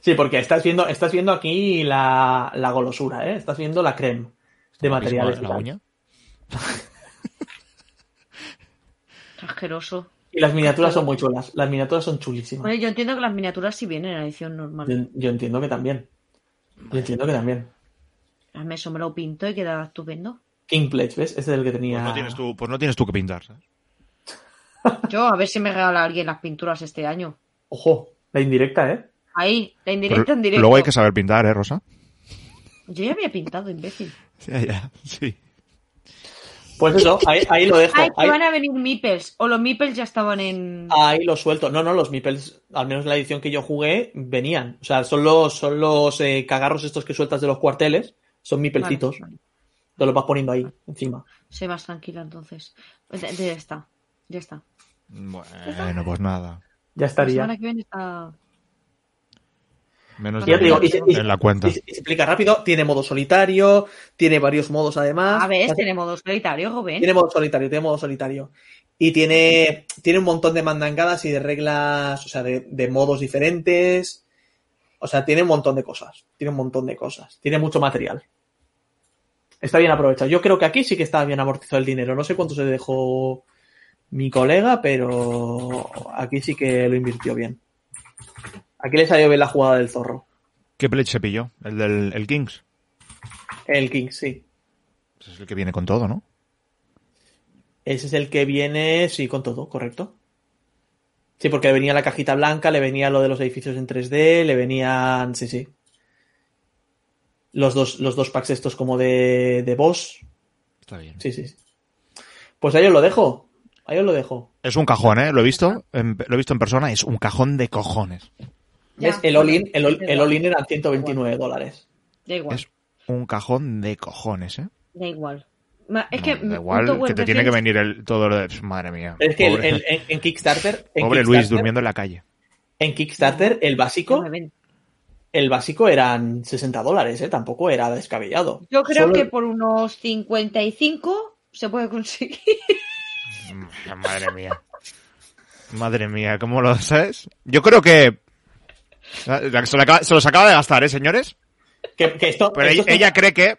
Sí, porque estás viendo, estás viendo aquí la, la golosura, ¿eh? Estás viendo la creme de materiales. y ¿La tal. uña? Asqueroso. Y las miniaturas son muy chulas. Las miniaturas son chulísimas. Bueno, yo entiendo que las miniaturas sí vienen en la edición normal. Yo, yo entiendo que también. Yo entiendo que también. A mí eso me lo pinto y queda estupendo. King Pledge, ¿ves? Ese es el que tenía. Pues no tienes tú, pues no tienes tú que pintar. ¿sabes? Yo, a ver si me regala alguien las pinturas este año. Ojo, la indirecta, ¿eh? Ahí, la indirecta Pero en directo. Luego hay que saber pintar, ¿eh, Rosa? Yo ya había pintado, imbécil. Sí, ya, sí. Pues eso, ahí, ahí lo dejo. Ay, que Ahí, van a venir Meeples. O los Meeples ya estaban en. ahí lo suelto. No, no, los Meeples, al menos en la edición que yo jugué, venían. O sea, son los, son los eh, cagarros estos que sueltas de los cuarteles. Son Meeplecitos. Vale, vale. Te los vas poniendo ahí, encima. Soy más tranquila entonces. Pues Ya ya está. Ya está. Bueno, pues nada. Ya La estaría. semana que viene está. Menos Y ya te dinero digo, y si- y si- en la cuenta. Y se- y se explica rápido, tiene modo solitario, tiene varios modos además. A ver, este Hace- tenemos dos solitarios, Rubén. Tiene modo solitario, tiene modo solitario. Y tiene, tiene un montón de mandangadas y de reglas, o sea, de, de modos diferentes. O sea, tiene un montón de cosas. Tiene un montón de cosas. Tiene mucho material. Está bien aprovechado. Yo creo que aquí sí que está bien amortizado el dinero. No sé cuánto se dejó mi colega, pero aquí sí que lo invirtió bien. Aquí le salió bien la jugada del zorro. ¿Qué pledge se pilló? ¿El del el Kings? El King, sí. Pues es el que viene con todo, ¿no? Ese es el que viene, sí, con todo, correcto. Sí, porque le venía la cajita blanca, le venía lo de los edificios en 3D, le venían. Sí, sí. Los dos, los dos packs estos como de, de boss. Está bien. Sí, sí. sí. Pues ahí os lo dejo. Ahí os lo dejo. Es un cajón, ¿eh? Lo he visto, en- lo he visto en persona, es un cajón de cojones. Ya. ¿Ves? El all-in el all- Da el igual, all-in eran 129 dólares. Da igual. Es un cajón de cojones, ¿eh? Da igual. Ma- Es que. No, da un igual, Tower que te tiene que Defense- venir el, todo lo de... Madre mía. Es que el- pobre el- en, en Kickstarter. En pobre Kickstarter- Luis durmiendo en la calle. En Kickstarter, el Yo básico, me ven- el básico eran 60 dólares, ¿eh? Tampoco era descabellado. Yo creo Solo- que por unos 55 se puede conseguir. Mm, Madre mía. Madre mía, ¿cómo lo sabes? Yo creo que... Se, lo acaba- se los acaba de gastar, ¿eh, señores? que- que esto- Pero esto ella, está- ella cree que...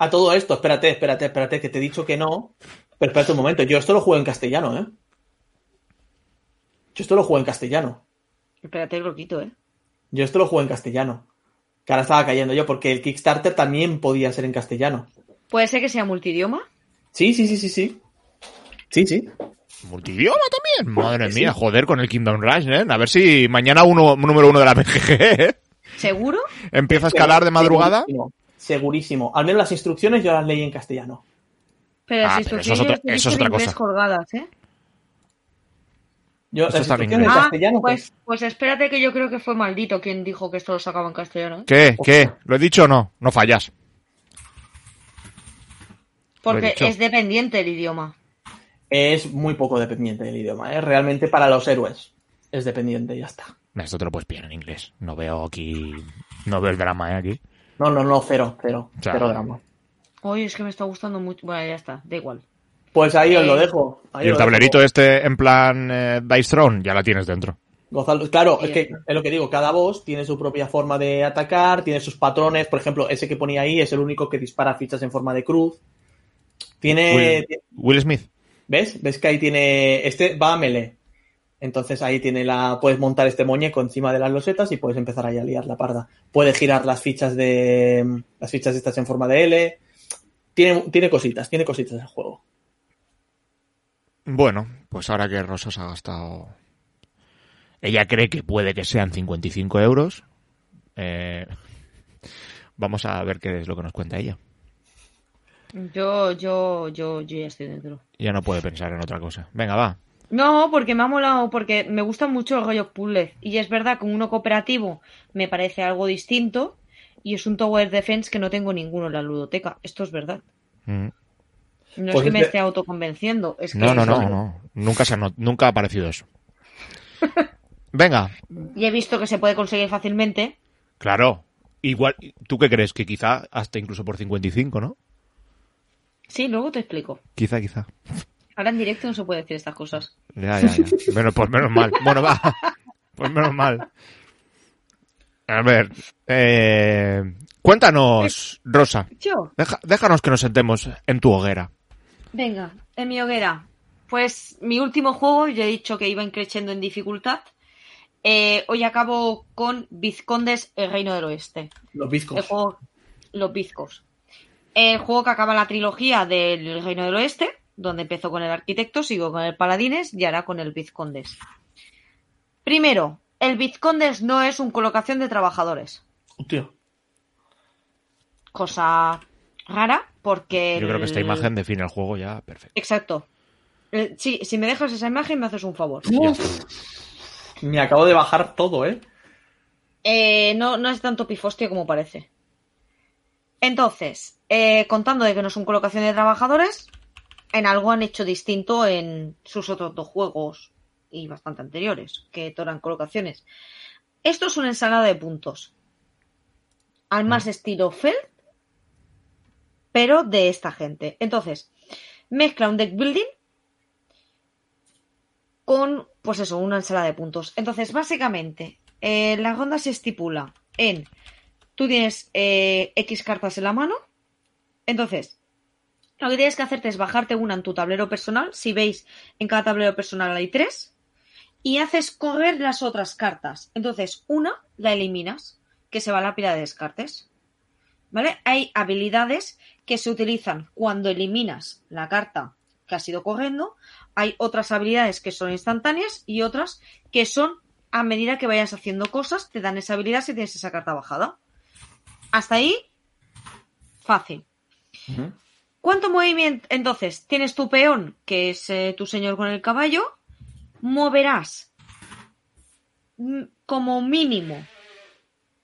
A todo esto, espérate, espérate, espérate, que te he dicho que no. Pero espérate un momento, yo esto lo juego en castellano, ¿eh? Yo esto lo juego en castellano. Espérate, lo quito, ¿eh? Yo esto lo juego en castellano. Que ahora estaba cayendo yo, porque el Kickstarter también podía ser en castellano. Puede ser que sea multidioma. Sí, sí, sí, sí, sí. Sí, sí. Multidioma también. Madre mía, joder con el Kingdom Rush, ¿eh? A ver si mañana uno número uno de la BGG ¿eh? ¿Seguro? empieza Este, a escalar de madrugada. Segurísimo, segurísimo. Al menos las instrucciones yo las leí en castellano. Pero Ah, las pero eso instrucciones es otra- las he eso es visto en otra inglés cosa. colgadas, ¿eh? Yo, Esto las está en instrucciones en inglés. Ah, castellano. pues, pues espérate que yo creo que fue maldito quien dijo que esto lo sacaba en castellano. ¿eh? ¿Qué? ¿Qué? ¿Lo he dicho o no? No fallas. Porque dicho. es dependiente el idioma. Es muy poco dependiente del idioma, ¿eh? Realmente para los héroes es dependiente, ya está. Nah, Esto te lo puedes pillar en inglés. No veo aquí... No veo el drama, ¿eh? Aquí. No, no, no, cero, cero. O sea, cero drama. Oye, es que me está gustando mucho. Bueno, ya está, da igual. Pues ahí os lo Eh, dejo. Ahí Y el os lo tablerito dejo. este en plan eh, Dice Throne ya la tienes dentro. Gonzalo- claro, Sí, es que ya es lo que digo, cada boss tiene su propia forma de atacar, tiene sus patrones, por ejemplo, ese que ponía ahí es el único que dispara fichas en forma de cruz. Tiene, Will, Will Smith. ¿ves? ¿Ves que ahí tiene este va a melee? Entonces ahí tiene la puedes montar este muñeco encima de las losetas y puedes empezar ahí a liar la parda. Puedes girar las fichas de mm, las fichas estas en forma de L. Tiene tiene cositas, tiene cositas el juego. Bueno, pues ahora que Rosa se ha gastado... Ella cree que puede que sean 55 euros. Eh, vamos a ver qué es lo que nos cuenta ella. Yo, yo, yo, yo ya estoy dentro. Ya no puede pensar en otra cosa. Venga, va. No, porque me ha molado, porque me gustan mucho los rollos puzzles. Y es verdad que uno cooperativo me parece algo distinto. Y es un Tower Defense que no tengo ninguno en la ludoteca. Esto es verdad. Mm. No Pues es que me este- esté autoconvenciendo, es que No, no, no, eso. no. Nunca, se ha, not- nunca ha aparecido eso. Venga, y he visto que se puede conseguir fácilmente. claro. Igual, ¿tú qué crees? Que quizá hasta incluso por 55, ¿no? Sí, luego te explico. Quizá, quizá. Ahora en directo no se puede decir estas cosas. Ya, ya, ya. Bueno, pues menos mal. Bueno, va. Pues menos mal. A ver. eh, cuéntanos, Rosa. Yo, Deja- déjanos que nos sentemos en tu hoguera. venga, en mi hoguera. Pues mi último juego, ya he dicho que iba creciendo en dificultad. Eh, hoy acabo con Vizcondes, el Reino del Oeste. Los El bizcos. juego- los Bizcos. El juego que acaba la trilogía del Reino del Oeste, donde empezó con el Arquitecto, sigo con el Paladines y ahora con el Vizcondes. Primero, el Vizcondes no es un colocación de trabajadores. Hostia. Cosa rara, porque. Yo creo que esta el- imagen define el juego ya perfecto. Exacto. Eh, sí, si me dejas esa imagen, me haces un favor. Ya. Me acabo de bajar todo, ¿eh? Eh, no, no es tanto pifostio como parece. Entonces, eh, contando de que no son colocación de trabajadores, en algo han hecho distinto en sus otros dos juegos y bastante anteriores, que toran colocaciones. Esto es una ensalada de puntos. Al más estilo Feld, pero de esta gente. Entonces, mezcla un deck building con, pues eso, una ensalada de puntos. Entonces, básicamente, eh, la ronda se estipula en, tú tienes eh, X cartas en la mano, entonces, lo que tienes que hacerte es bajarte una en tu tablero personal, si veis, en cada tablero personal hay tres, y haces correr las otras cartas. Entonces, una la eliminas, que se va a la pila de descartes. ¿Vale? Hay habilidades que se utilizan cuando eliminas la carta que has ido corriendo hay otras habilidades que son instantáneas y otras que son a medida que vayas haciendo cosas, te dan esa habilidad si tienes esa carta bajada. Hasta ahí, fácil. ¿Cuánto movimiento? Entonces, tienes tu peón, que es eh, tu señor con el caballo, moverás mm, como mínimo.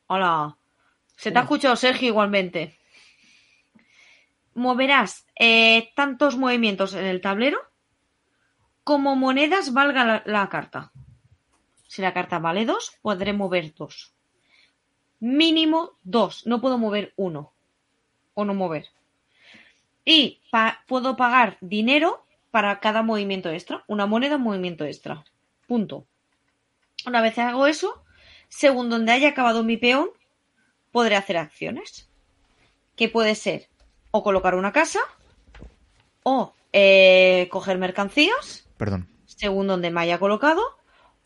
Hola. Se te ha escuchado Sergio igualmente. Moverás eh, tantos movimientos en el tablero como monedas valga la, la carta. Si la carta vale dos, podré mover dos. Mínimo dos. No puedo mover uno. O no mover. Y pa- puedo pagar dinero para cada movimiento extra. Una moneda, un movimiento extra. Punto. Una vez hago eso, según donde haya acabado mi peón, podré hacer acciones. Que puede ser o colocar una casa o eh, coger mercancías Perdón. según donde me haya colocado,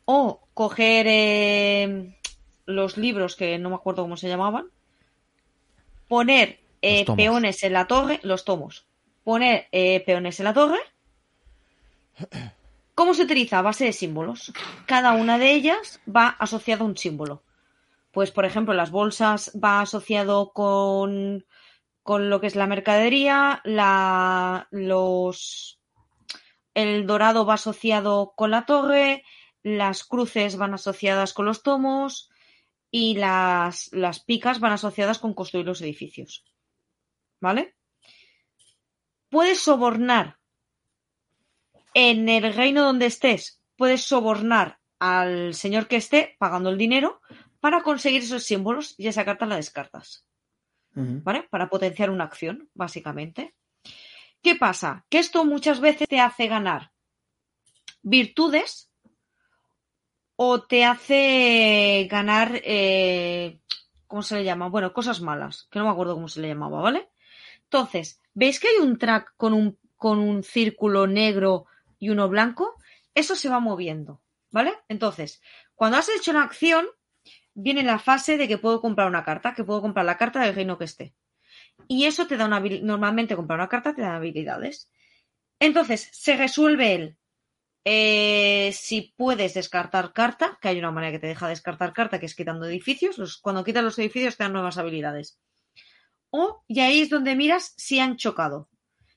o coger eh, los libros que no me acuerdo cómo se llamaban, poner eh, Los tomos. peones en la torre, los tomos, poner eh, peones en la torre. ¿Cómo se utiliza? A base de símbolos. Cada una de ellas va asociada a un símbolo. Pues, por ejemplo, las bolsas va asociado con, con lo que es la mercadería, la, los, el dorado va asociado con la torre, las cruces van asociadas con los tomos y las, las picas van asociadas con construir los edificios. ¿Vale? Puedes sobornar en el reino donde estés, puedes sobornar al señor que esté pagando el dinero para conseguir esos símbolos y esa carta la descartas. Ujú. ¿vale? Para potenciar una acción, básicamente. ¿Qué pasa? Que esto muchas veces te hace ganar virtudes o te hace ganar, eh, ¿cómo se le llama? Bueno, cosas malas, que no me acuerdo cómo se le llamaba, ¿vale? Entonces, ¿veis que hay un track con un, con un círculo negro y uno blanco? Eso se va moviendo, ¿vale? Entonces, cuando has hecho una acción, viene la fase de que puedo comprar una carta, que puedo comprar la carta del reino que esté. Y eso te da una habili- Normalmente comprar una carta te da habilidades. Entonces, se resuelve el eh, si puedes descartar carta, que hay una manera que te deja descartar carta, que es quitando edificios. Los- cuando quitas los edificios te dan nuevas habilidades. O, y ahí es donde miras si han chocado.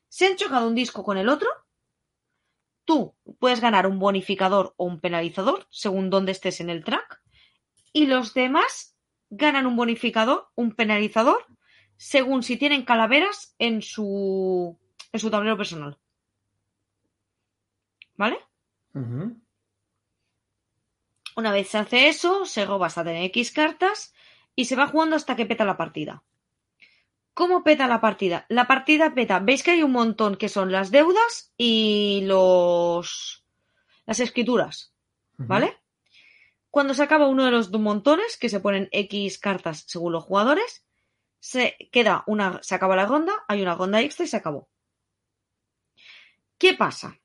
Si han chocado un disco con el otro, tú puedes ganar un bonificador o un penalizador, según dónde estés en el track y los demás ganan un bonificador, un penalizador, según si tienen calaveras en su en su tablero personal. ¿Vale? Ujú. Una vez se hace eso, se roba hasta tener X cartas y se va jugando hasta que peta la partida. ¿Cómo peta la partida? La partida peta. Veis que hay un montón que son las deudas y los. las escrituras, Ujú. ¿vale? Cuando se acaba uno de los dos montones, que se ponen X cartas según los jugadores, se queda una. se acaba la ronda, hay una ronda extra y se acabó. ¿Qué pasa?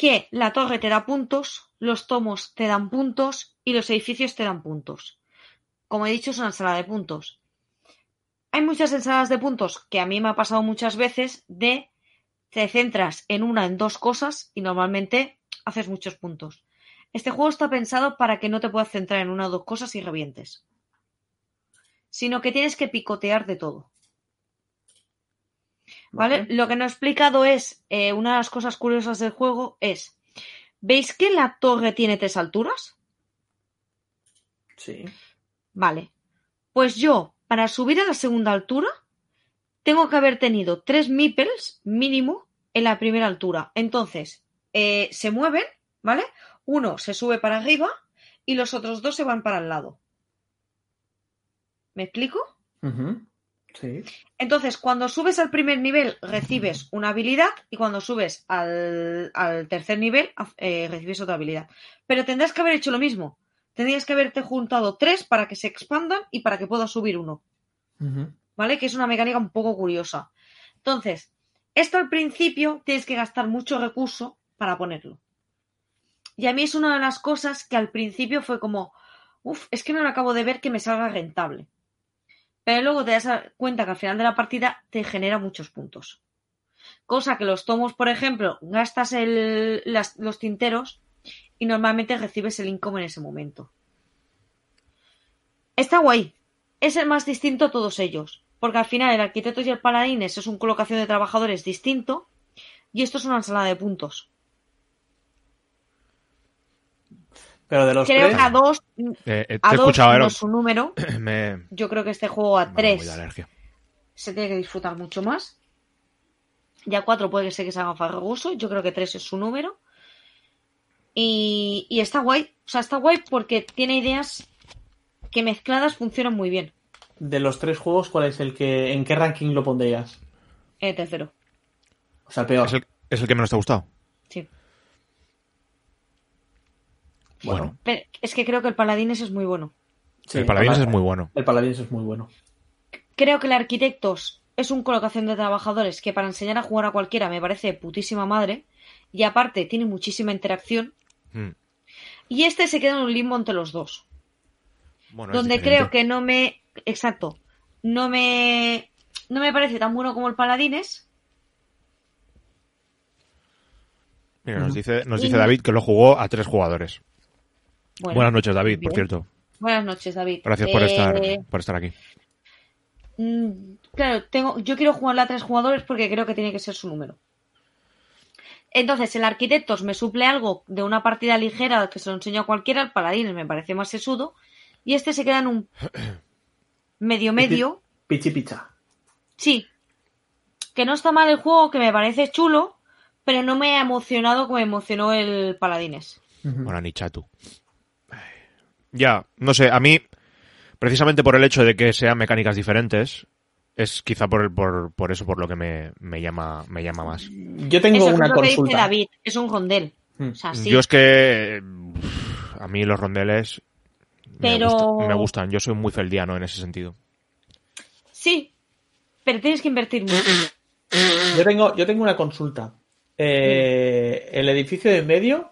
que la torre te da puntos, los tomos te dan puntos y los edificios te dan puntos. Como he dicho, es una ensalada de puntos. Hay muchas ensaladas de puntos que a mí me ha pasado muchas veces de te centras en una, en dos cosas y normalmente haces muchos puntos. Este juego está pensado para que no te puedas centrar en una o dos cosas y revientes, sino que tienes que picotear de todo. ¿Vale? Lo que no he explicado es, eh, una de las cosas curiosas del juego es, ¿veis que la torre tiene tres alturas? Sí. Vale. Pues yo, para subir a la segunda altura, tengo que haber tenido tres meeples mínimo en la primera altura. Entonces, eh, se mueven, ¿vale? Uno se sube para arriba y los otros dos se van para el lado. ¿Me explico? Ujú. Sí. Entonces, cuando subes al primer nivel, recibes una habilidad y cuando subes al, al tercer nivel, haz- eh, recibes otra habilidad. Pero tendrás que haber hecho lo mismo. Tendrías que haberte juntado tres para que se expandan y para que puedas subir uno. Ujú. ¿Vale? Que es una mecánica un poco curiosa. Entonces, esto al principio tienes que gastar mucho recurso para ponerlo. Y a mí es una de las cosas que al principio fue como, uff, es que no lo acabo de ver que me salga rentable. Pero luego te das a- cuenta que al final de la partida te genera muchos puntos. Cosa que los tomos, por ejemplo, gastas el- las- los tinteros y normalmente recibes el income en ese momento. Está guay. Es el más distinto a todos ellos. Porque al final el arquitecto y el paladines es un colocación de trabajadores distinto y esto es una ensalada de puntos. Pero de los Creo tres. que a dos, Eh, eh, te a he dos escuchado, no Aaron. es su número. Me... me Yo creo que este juego ha a dado muy de tres alergia. se tiene que disfrutar mucho más. Y a cuatro puede que sea que se haga farragoso. Yo creo que tres es su número. Y, y está guay. O sea, está guay porque tiene ideas que mezcladas funcionan muy bien. De los tres juegos, ¿cuál es el que. ¿En qué ranking lo pondrías? En el tercero. O sea, el peor. Es el, es el que menos te ha gustado. Sí. Bueno, Pero es que creo que el paladines es muy bueno. Sí, el Paladines Pala- es muy bueno. El Paladines es muy bueno. Creo que el Arquitectos es un colocación de trabajadores que para enseñar a jugar a cualquiera me parece de putísima madre. Y aparte tiene muchísima interacción. Mm. Y este se queda en un limbo entre los dos. Bueno, es donde diferente. creo que no me. Exacto. No me. No me parece tan bueno como el Paladines. Mira, nos dice, nos Y- dice David que lo jugó a tres jugadores. Bueno, Buenas noches, David, por bien. cierto. Buenas noches, David. Gracias por Eh, estar, por estar aquí. mm, Claro, tengo, yo quiero jugarla a tres jugadores porque creo que tiene que ser su número. Entonces, el Arquitectos me suple algo de una partida ligera que se lo enseño a cualquiera. El Paladines me parece más sesudo. Y este se queda en un medio-medio. Pichi picha. Sí. Que no está mal el juego, que me parece chulo, pero no me ha emocionado como me emocionó el Paladines. Ujú. Bueno, ni chatu. Ya, no sé, a mí, precisamente por el hecho de que sean mecánicas diferentes, es quizá por, el- por, por eso por lo que me, me llama, me llama más. Yo tengo Eso que es una lo que dice consulta. David, es un rondel. Mm. O sea, sí. Yo es que, uff, a mí los rondeles me, Pero- gusta- me gustan, yo soy muy feldiano en ese sentido. Sí, pero tienes que invertir mucho. Yo tengo, yo tengo una consulta. Eh, el edificio de en medio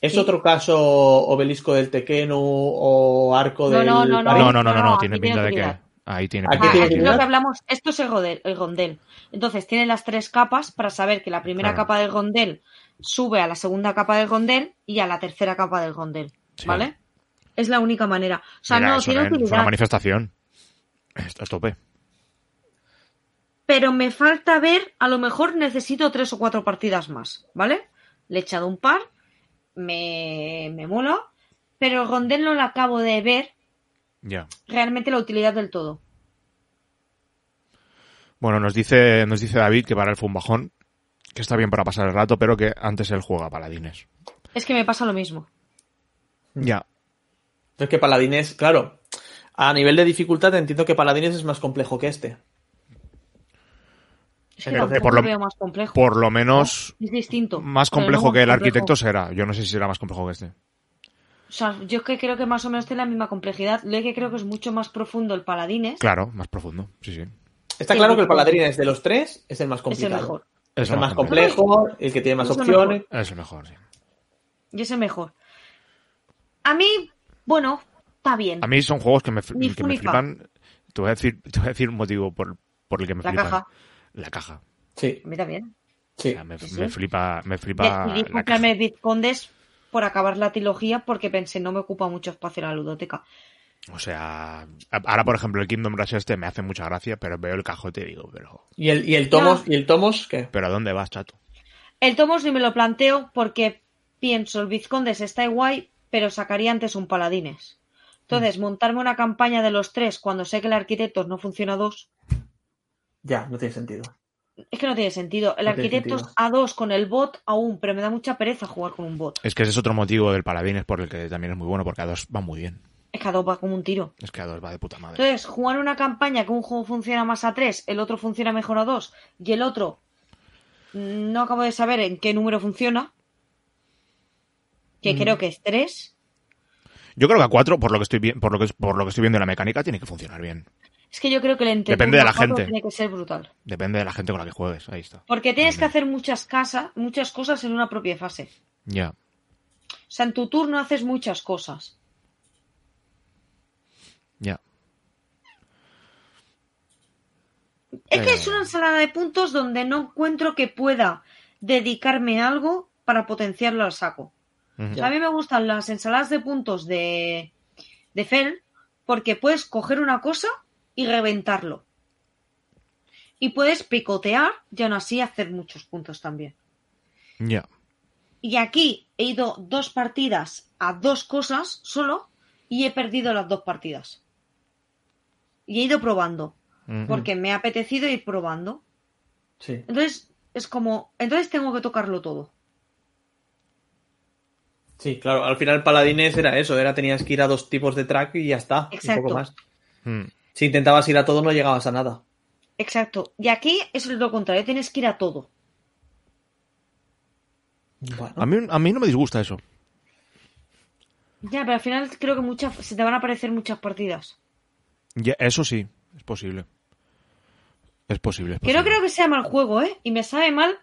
es Sí. otro caso obelisco del Tequeno o arco No, del no, no, París? No, no, no, no, no, no, tiene aquí pinta tiene de que... utilidad. Ahí tiene Aquí pinta de que- tiene Ah, es lo utilidad. que hablamos, esto es el, rode- el rondel. Entonces tiene las tres capas para saber que la primera Claro. capa del rondel sube a la segunda capa del rondel y a la tercera capa del rondel. Sí. ¿Vale? Es la única manera. O sea, Mira, no, eso, tiene nen, es una utilidad. manifestación. Está a tope. pero me falta ver, a lo mejor necesito tres o cuatro partidas más, ¿vale? Le he echado un par, me, me mola, pero el Rondel no lo acabo de ver Ya. realmente la utilidad del todo. Bueno, nos dice, nos dice David que para el fumbajón, que está bien para pasar el rato, pero que antes él juega paladines. Es que me pasa lo mismo. Ya. Es que Paladines, claro, a nivel de dificultad entiendo que Paladines es más complejo que este. Es que Entonces, tampoco eh, por lo lo- veo más complejo. Por lo menos, Es distinto. más pero no complejo más que el complejo. arquitecto será. Yo no sé si será más complejo que este. O sea, yo es que creo que más o menos tiene la misma complejidad. Lo que creo que es mucho más profundo el paladines. Claro, más profundo. Sí, sí. Está claro que el Paladines de los tres es el más es el complicado. mejor. Es el más complejo. complejo, el que tiene más Es el opciones. Es el mejor, sí. Y es el mejor. A mí, bueno, está bien. A mí son juegos que me, fl- Ni que me fu ni fa. flipan. Te voy a decir, te voy a decir un motivo por, por el que me la flipan. caja. La caja. Sí, A mí también. O sí. sea, me, Sí, me sí. flipa, me flipa Decidí la caja. comprarme Vizcondes por acabar la trilogía porque pensé no me ocupa mucho espacio la ludoteca. O sea, a- ahora por ejemplo el Kingdom Rush este me hace mucha gracia, pero veo el cajote y digo, pero, ¿Y el, y el Tomos, No. ¿y el tomos qué? pero ¿a dónde vas, chato? El Tomos ni me lo planteo porque pienso, el Vizcondes está guay, pero sacaría antes un Paladines. Entonces, Mm. montarme una campaña de los tres cuando sé que el arquitecto no funciona a dos, Ya, no tiene sentido. es que no tiene sentido. El No tiene arquitecto es sentido. a dos con el bot aún, pero me da mucha pereza jugar con un bot. Es que ese es otro motivo del Paladines por el que también es muy bueno, porque a dos va muy bien. Es que a dos va como un tiro. Es que a dos va de puta madre. Entonces, jugar una campaña que un juego funciona más a tres, el otro funciona mejor a dos y el otro mm, no acabo de saber en qué número funciona, Mm. que creo que es tres. Yo creo que a cuatro, por lo que estoy vi- por lo que por lo que estoy viendo en la mecánica, tiene que funcionar bien. Es que yo creo que el entreturno Depende de la cuatro gente. tiene que ser brutal. Depende de la gente con la que juegues. Ahí está. Porque tienes que Depende. hacer muchas, casas, muchas cosas en una propia fase. Ya. O sea, en tu turno haces muchas cosas. Ya. Es que Eh. es una ensalada de puntos donde no encuentro que pueda dedicarme a algo para potenciarlo al saco. Ujú. A mí me gustan las ensaladas de puntos de, de Fel porque puedes coger una cosa y reventarlo. Y puedes picotear y aún así hacer muchos puntos también. Ya. Y aquí he ido dos partidas a dos cosas solo y he perdido las dos partidas. Y he ido probando, Mm. porque me ha apetecido ir probando. Sí. Entonces, es como, entonces tengo que tocarlo todo. Sí, claro, al final Paladines era eso, era tenías que ir a dos tipos de track y ya está, Exacto. un poco más. Mm. Si intentabas ir a todo no llegabas a nada. Exacto. Y aquí es lo contrario, tienes que ir a todo. Bueno, A, mí, a mí no me disgusta eso. Ya, pero al final creo que muchas, se te van a aparecer muchas partidas. Ya, eso sí, es posible. Es posible. es Que no posible. creo que sea mal juego, ¿eh? Y me sabe mal,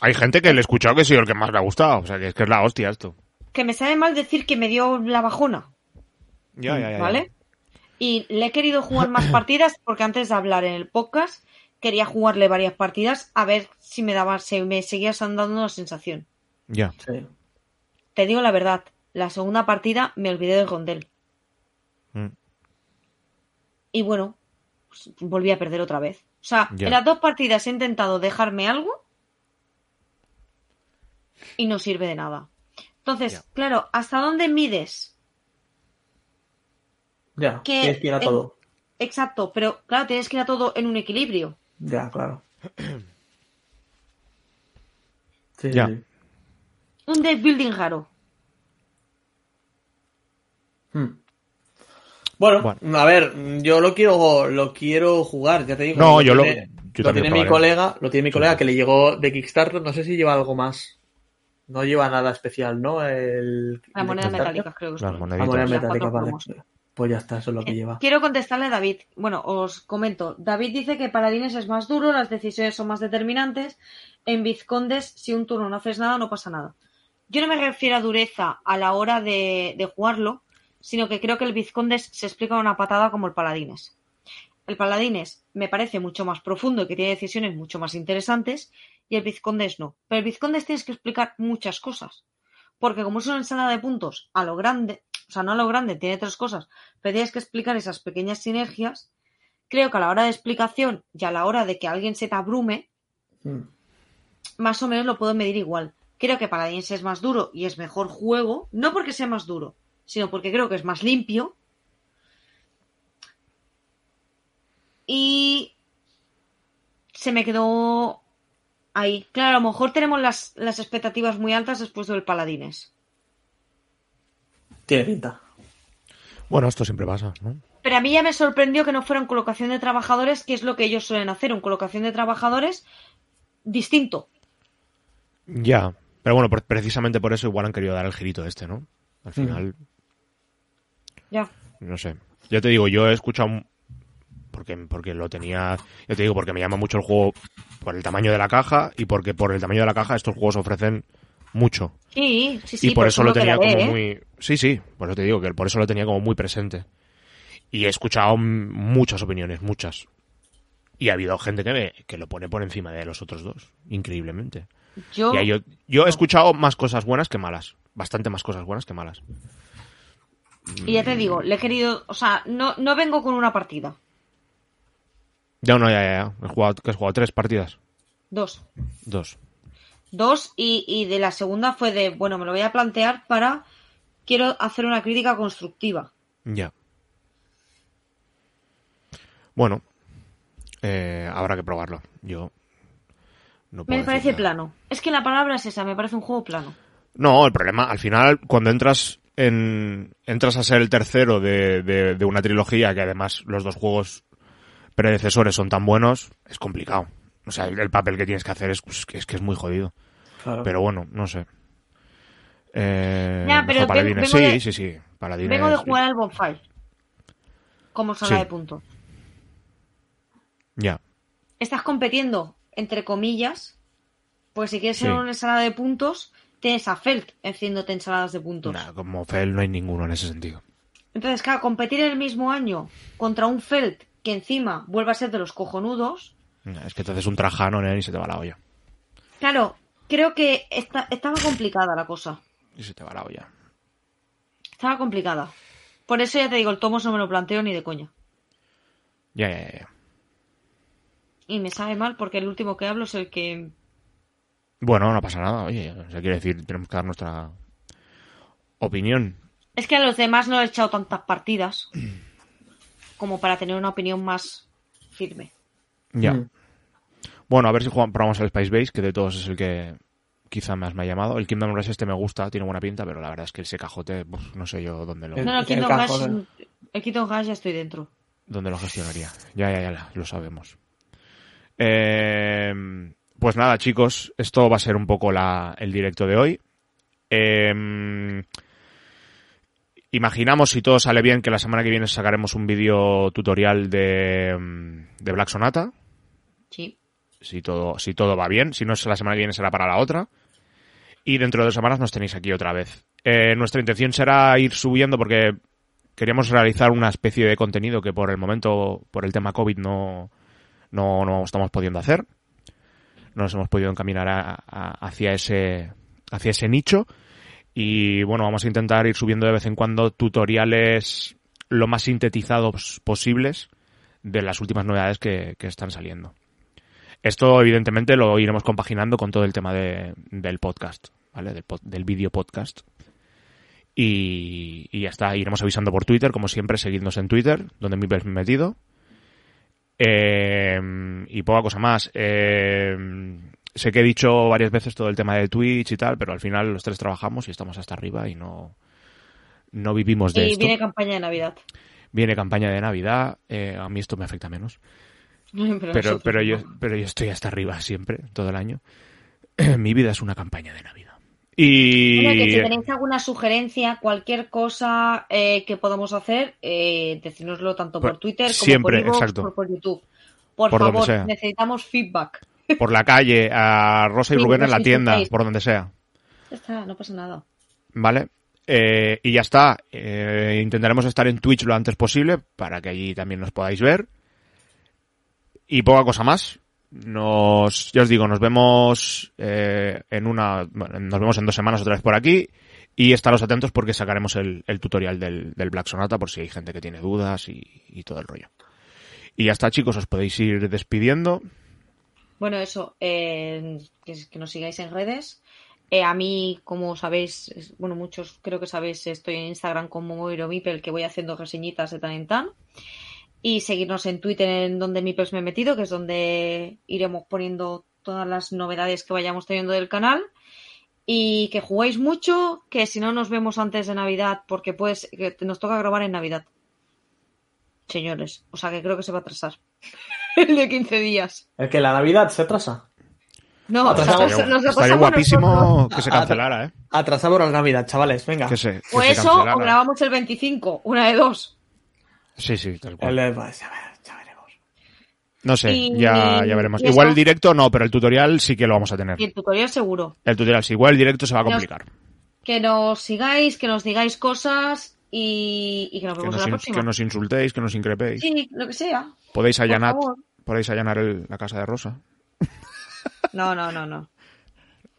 Hay gente que le he escuchado que ha sido el que más le ha gustado. O sea, que es que es la hostia esto. que me sabe mal decir que me dio la bajona. Ya, ya, ya, ya. ¿Vale? Y le he querido jugar más partidas porque antes de hablar en el podcast quería jugarle varias partidas a ver si me daba, si me seguía dando una sensación. Ya. sí. Te digo la verdad, la segunda partida me olvidé del rondel. Mm. Y bueno, pues, volví a perder otra vez. O sea, Ya. en las dos partidas he intentado dejarme algo y no sirve de nada. Entonces, Ya. claro, ¿hasta dónde mides? Ya, Que- tienes que ir a eh, todo. Exacto, pero claro, tienes que ir a todo en un equilibrio. Ya, claro. Sí, Ya. sí. Un deck building raro. Hmm. Bueno, Bueno. a ver, yo lo quiero, lo quiero jugar, ya te digo. No, yo lo- yo lo también tiene probaré. mi colega, lo tiene mi colega que le llegó de Kickstarter, no sé si lleva algo más. No lleva nada especial, ¿no? El, La el de moneda Kickstarter. metálica, creo que es Las correcto. La moneditas. moneda Las metálica, cuatro vale. cromos. Pues ya está, eso es lo Eh, que lleva. Quiero contestarle a David. Bueno, os comento. David dice que Paladines es más duro, las decisiones son más determinantes. En Vizcondes, si un turno no haces nada, no pasa nada. Yo no me refiero a dureza a la hora de, de jugarlo, sino que creo que el Vizcondes se explica una patada como el Paladines. El Paladines me parece mucho más profundo y que tiene decisiones mucho más interesantes, y el Vizcondes no. Pero el Vizcondes tienes que explicar muchas cosas. Porque como es una ensalada de puntos a lo grande, o sea, no a lo grande, tiene tres cosas, pero tienes que explicar esas pequeñas sinergias, creo que a la hora de explicación y a la hora de que alguien se te abrume, Hmm. más o menos lo puedo medir igual. Creo que Paladines es más duro y es mejor juego, no porque sea más duro, sino porque creo que es más limpio. Y se me quedó ahí. Claro, a lo mejor tenemos las, las expectativas muy altas después del Paladines. Tiene pinta. Bueno, esto siempre pasa, ¿no? Pero a mí ya me sorprendió que no fueran colocación de trabajadores, que es lo que ellos suelen hacer, un colocación de trabajadores distinto. Ya. Pero bueno, por- precisamente por eso igual han querido dar el girito este, ¿no? Al final, Ya. no sé. Ya te digo, yo he escuchado un- porque porque lo tenía, yo te digo porque me llama mucho el juego por el tamaño de la caja y porque por el tamaño de la caja estos juegos ofrecen mucho. Sí, sí, sí. y por eso lo tenía quedaré, como ¿eh? muy sí sí por eso te digo que por eso lo tenía como muy presente y he escuchado m- muchas opiniones muchas y ha habido gente que, me- que lo pone por encima de los otros dos increíblemente Yo, Y ahí yo yo he escuchado más cosas buenas que malas bastante más cosas buenas que malas y ya te digo, le he querido, o sea, no, no vengo con una partida, ya no ya ya, ya. He jugado que has jugado tres partidas dos. dos Dos, y, y de la segunda fue de, bueno, me lo voy a plantear para, quiero hacer una crítica constructiva. ya bueno eh, habrá que probarlo yo no puedo Me decir parece nada. plano. Es que la palabra es esa, me parece un juego plano. No, el problema, al final, cuando entras en. entras a ser el tercero de, de, de una trilogía, que además los dos juegos predecesores son tan buenos, es complicado. O sea, el, el papel que tienes que hacer es, pues, que es que es muy jodido. Claro. Pero bueno, no sé. Eh, Ya, mejor pero ven- Paladines. vengo Sí, de- sí, sí. Paladines. Vengo de jugar al Bonfire. Como sala Sí. de punto. Ya. Estás compitiendo, entre comillas, pues si quieres Sí. ser una ensalada de puntos, tienes a Felt haciéndote ensaladas de puntos. Nah, como Fel no hay ninguno en ese sentido. Entonces, claro, competir el mismo año contra un Felt que encima vuelva a ser de los cojonudos, Nah, es que te haces un trajano, nene, y se te va la olla. claro, creo que esta- estaba complicada la cosa. Y se te va la olla. Estaba complicada. Por eso ya te digo, el Tomos no me lo planteo ni de coña. Ya, ya, ya, ya. Y me sabe mal porque el último que hablo es el que Bueno, no pasa nada, oye. O sea, quiero decir, tenemos que dar nuestra opinión. Es que a los demás no he echado tantas partidas como para tener una opinión más firme. Ya. Mm. Bueno, a ver si jugamos, probamos el Space Base, que de todos es el que quizá más me ha llamado. El Kingdom Rush este me gusta, tiene buena pinta, pero la verdad es que ese cajote, buf, no sé yo dónde lo, El- No, no, Kingdom el Hearts, cajón, el Kingdom Hearts ya estoy dentro. dónde lo gestionaría. Ya, ya, ya, lo sabemos. Eh, pues nada, chicos, esto va a ser un poco la- el directo de hoy. Eh, imaginamos, si todo sale bien, que la semana que viene sacaremos un vídeo tutorial de, mm, de Black Sonata. Sí. si todo, si todo va bien. Si no es la semana que viene, será para la otra. Y dentro de dos semanas nos tenéis aquí otra vez. Eh, nuestra intención será ir subiendo porque queríamos realizar una especie de contenido que por el momento, por el tema COVID, no, no, no estamos pudiendo hacer. No nos hemos podido encaminar a- a- hacia, ese, hacia ese nicho. Y bueno, vamos a intentar ir subiendo de vez en cuando tutoriales lo más sintetizados posibles de las últimas novedades que- que están saliendo. Esto, evidentemente, lo iremos compaginando con todo el tema de- del podcast, ¿vale? Del, pod- del video podcast. Y, y ya está, iremos avisando por Twitter, como siempre, seguidnos en Twitter, donde me he metido. Eh, y poca cosa más. Eh, sé que he dicho varias veces todo el tema de Twitch y tal, pero al final los tres trabajamos y estamos hasta arriba y no, no vivimos Pues de Y esto. viene campaña de Navidad. Viene campaña de Navidad, eh, a mí esto me afecta menos Pero, pero, eso- pero, yo, pero yo estoy hasta arriba siempre, todo el año. Mi vida es una campaña de Navidad. Y... eh, Bueno, que si tenéis alguna sugerencia, cualquier cosa eh, que podamos hacer, eh, decírnoslo tanto por, Por- Twitter Pues como siempre, por, iVoox, exacto. por- por YouTube. Por, Por donde sea. favor, necesitamos feedback. Por la calle, a Rosa y Sí, Rubén en la sí, sí, tienda, sí. por donde sea. Ya está, no pasa nada. ¿Vale? Eh, y ya está. Eh, intentaremos estar en Twitch lo antes posible para que allí también nos podáis ver. Y poca cosa más. Nos, ya os digo, nos vemos eh, en una, bueno, nos vemos en dos semanas otra vez por aquí y estaros atentos porque sacaremos el, el tutorial del, del Black Sonata por si hay gente que tiene dudas y, y todo el rollo. Y ya está, chicos, os podéis ir despidiendo. Bueno, eso, eh, que, que nos sigáis en redes. Eh, a mí, como sabéis, es- bueno, muchos creo que sabéis, estoy en Instagram como Moiro Mipel, que voy haciendo reseñitas de tan en tan. y seguirnos en Twitter en donde mi pez me he metido, que es donde iremos poniendo todas las novedades que vayamos teniendo del canal y que juguéis mucho, que si no nos vemos antes de Navidad, porque pues que nos toca grabar en Navidad. Señores, o sea que creo que se va a atrasar. El de 15 días. El que la Navidad se atrasa. No, Atrasado. nos atrasa- nos Estaría atrasamos guapísimo nosotros. que se cancelara, ¿eh? Atrasamos la Navidad, chavales, venga. Que se, que Ah, O se eso, o cancelara. grabamos el 25, una de dos. Sí, sí, tal cual. El de- pues, a ver, ya veremos. No sé, Y- ya, ya veremos. y eso. Igual el directo no, pero el tutorial sí que lo vamos a tener. Y el tutorial seguro. El tutorial sí, igual el directo se va a Nos- complicar. Que nos sigáis, que nos digáis cosas y, y que nos Que vemos nos, en in- la que próxima. nos insultéis, que nos increpéis. Sí, lo que sea. Podéis allanar, favor. podéis allanar el- la casa de Rosa. No, no, no, no.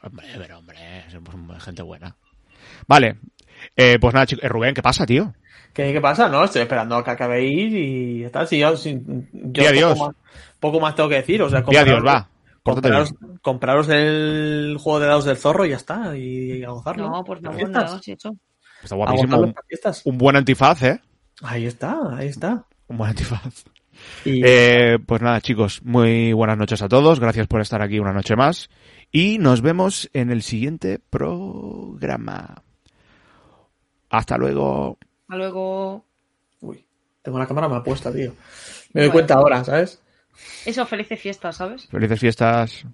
Hombre, pero hombre, somos gente buena. Vale. Eh, pues nada, chicos. Eh, Rubén, ¿qué pasa, tío? ¿Qué, qué pasa? No, estoy esperando a que acabéis y ya está. Si yo, si- yo Di adiós. Poco, más, poco más tengo que decir. O sea, Di compraros- adiós, va. Córtate bien. Compraros, compraros el juego de dados del zorro y ya está. Y, a gozarlo. No, por Las favor, no fiestas. hagamos eso. Está A guapísimo. gozarlo en Un, las fiestas. un buen antifaz, ¿eh? Ahí está, ahí está. Un buen antifaz. Y Eh, pues nada, chicos. Muy buenas noches a todos. Gracias por estar aquí una noche más. Y nos vemos en el siguiente programa. Hasta luego. Hasta luego. Uy, tengo la cámara mal puesta, tío. Me doy Bueno. cuenta ahora, ¿sabes? Eso, felices fiestas, ¿sabes? Felices fiestas.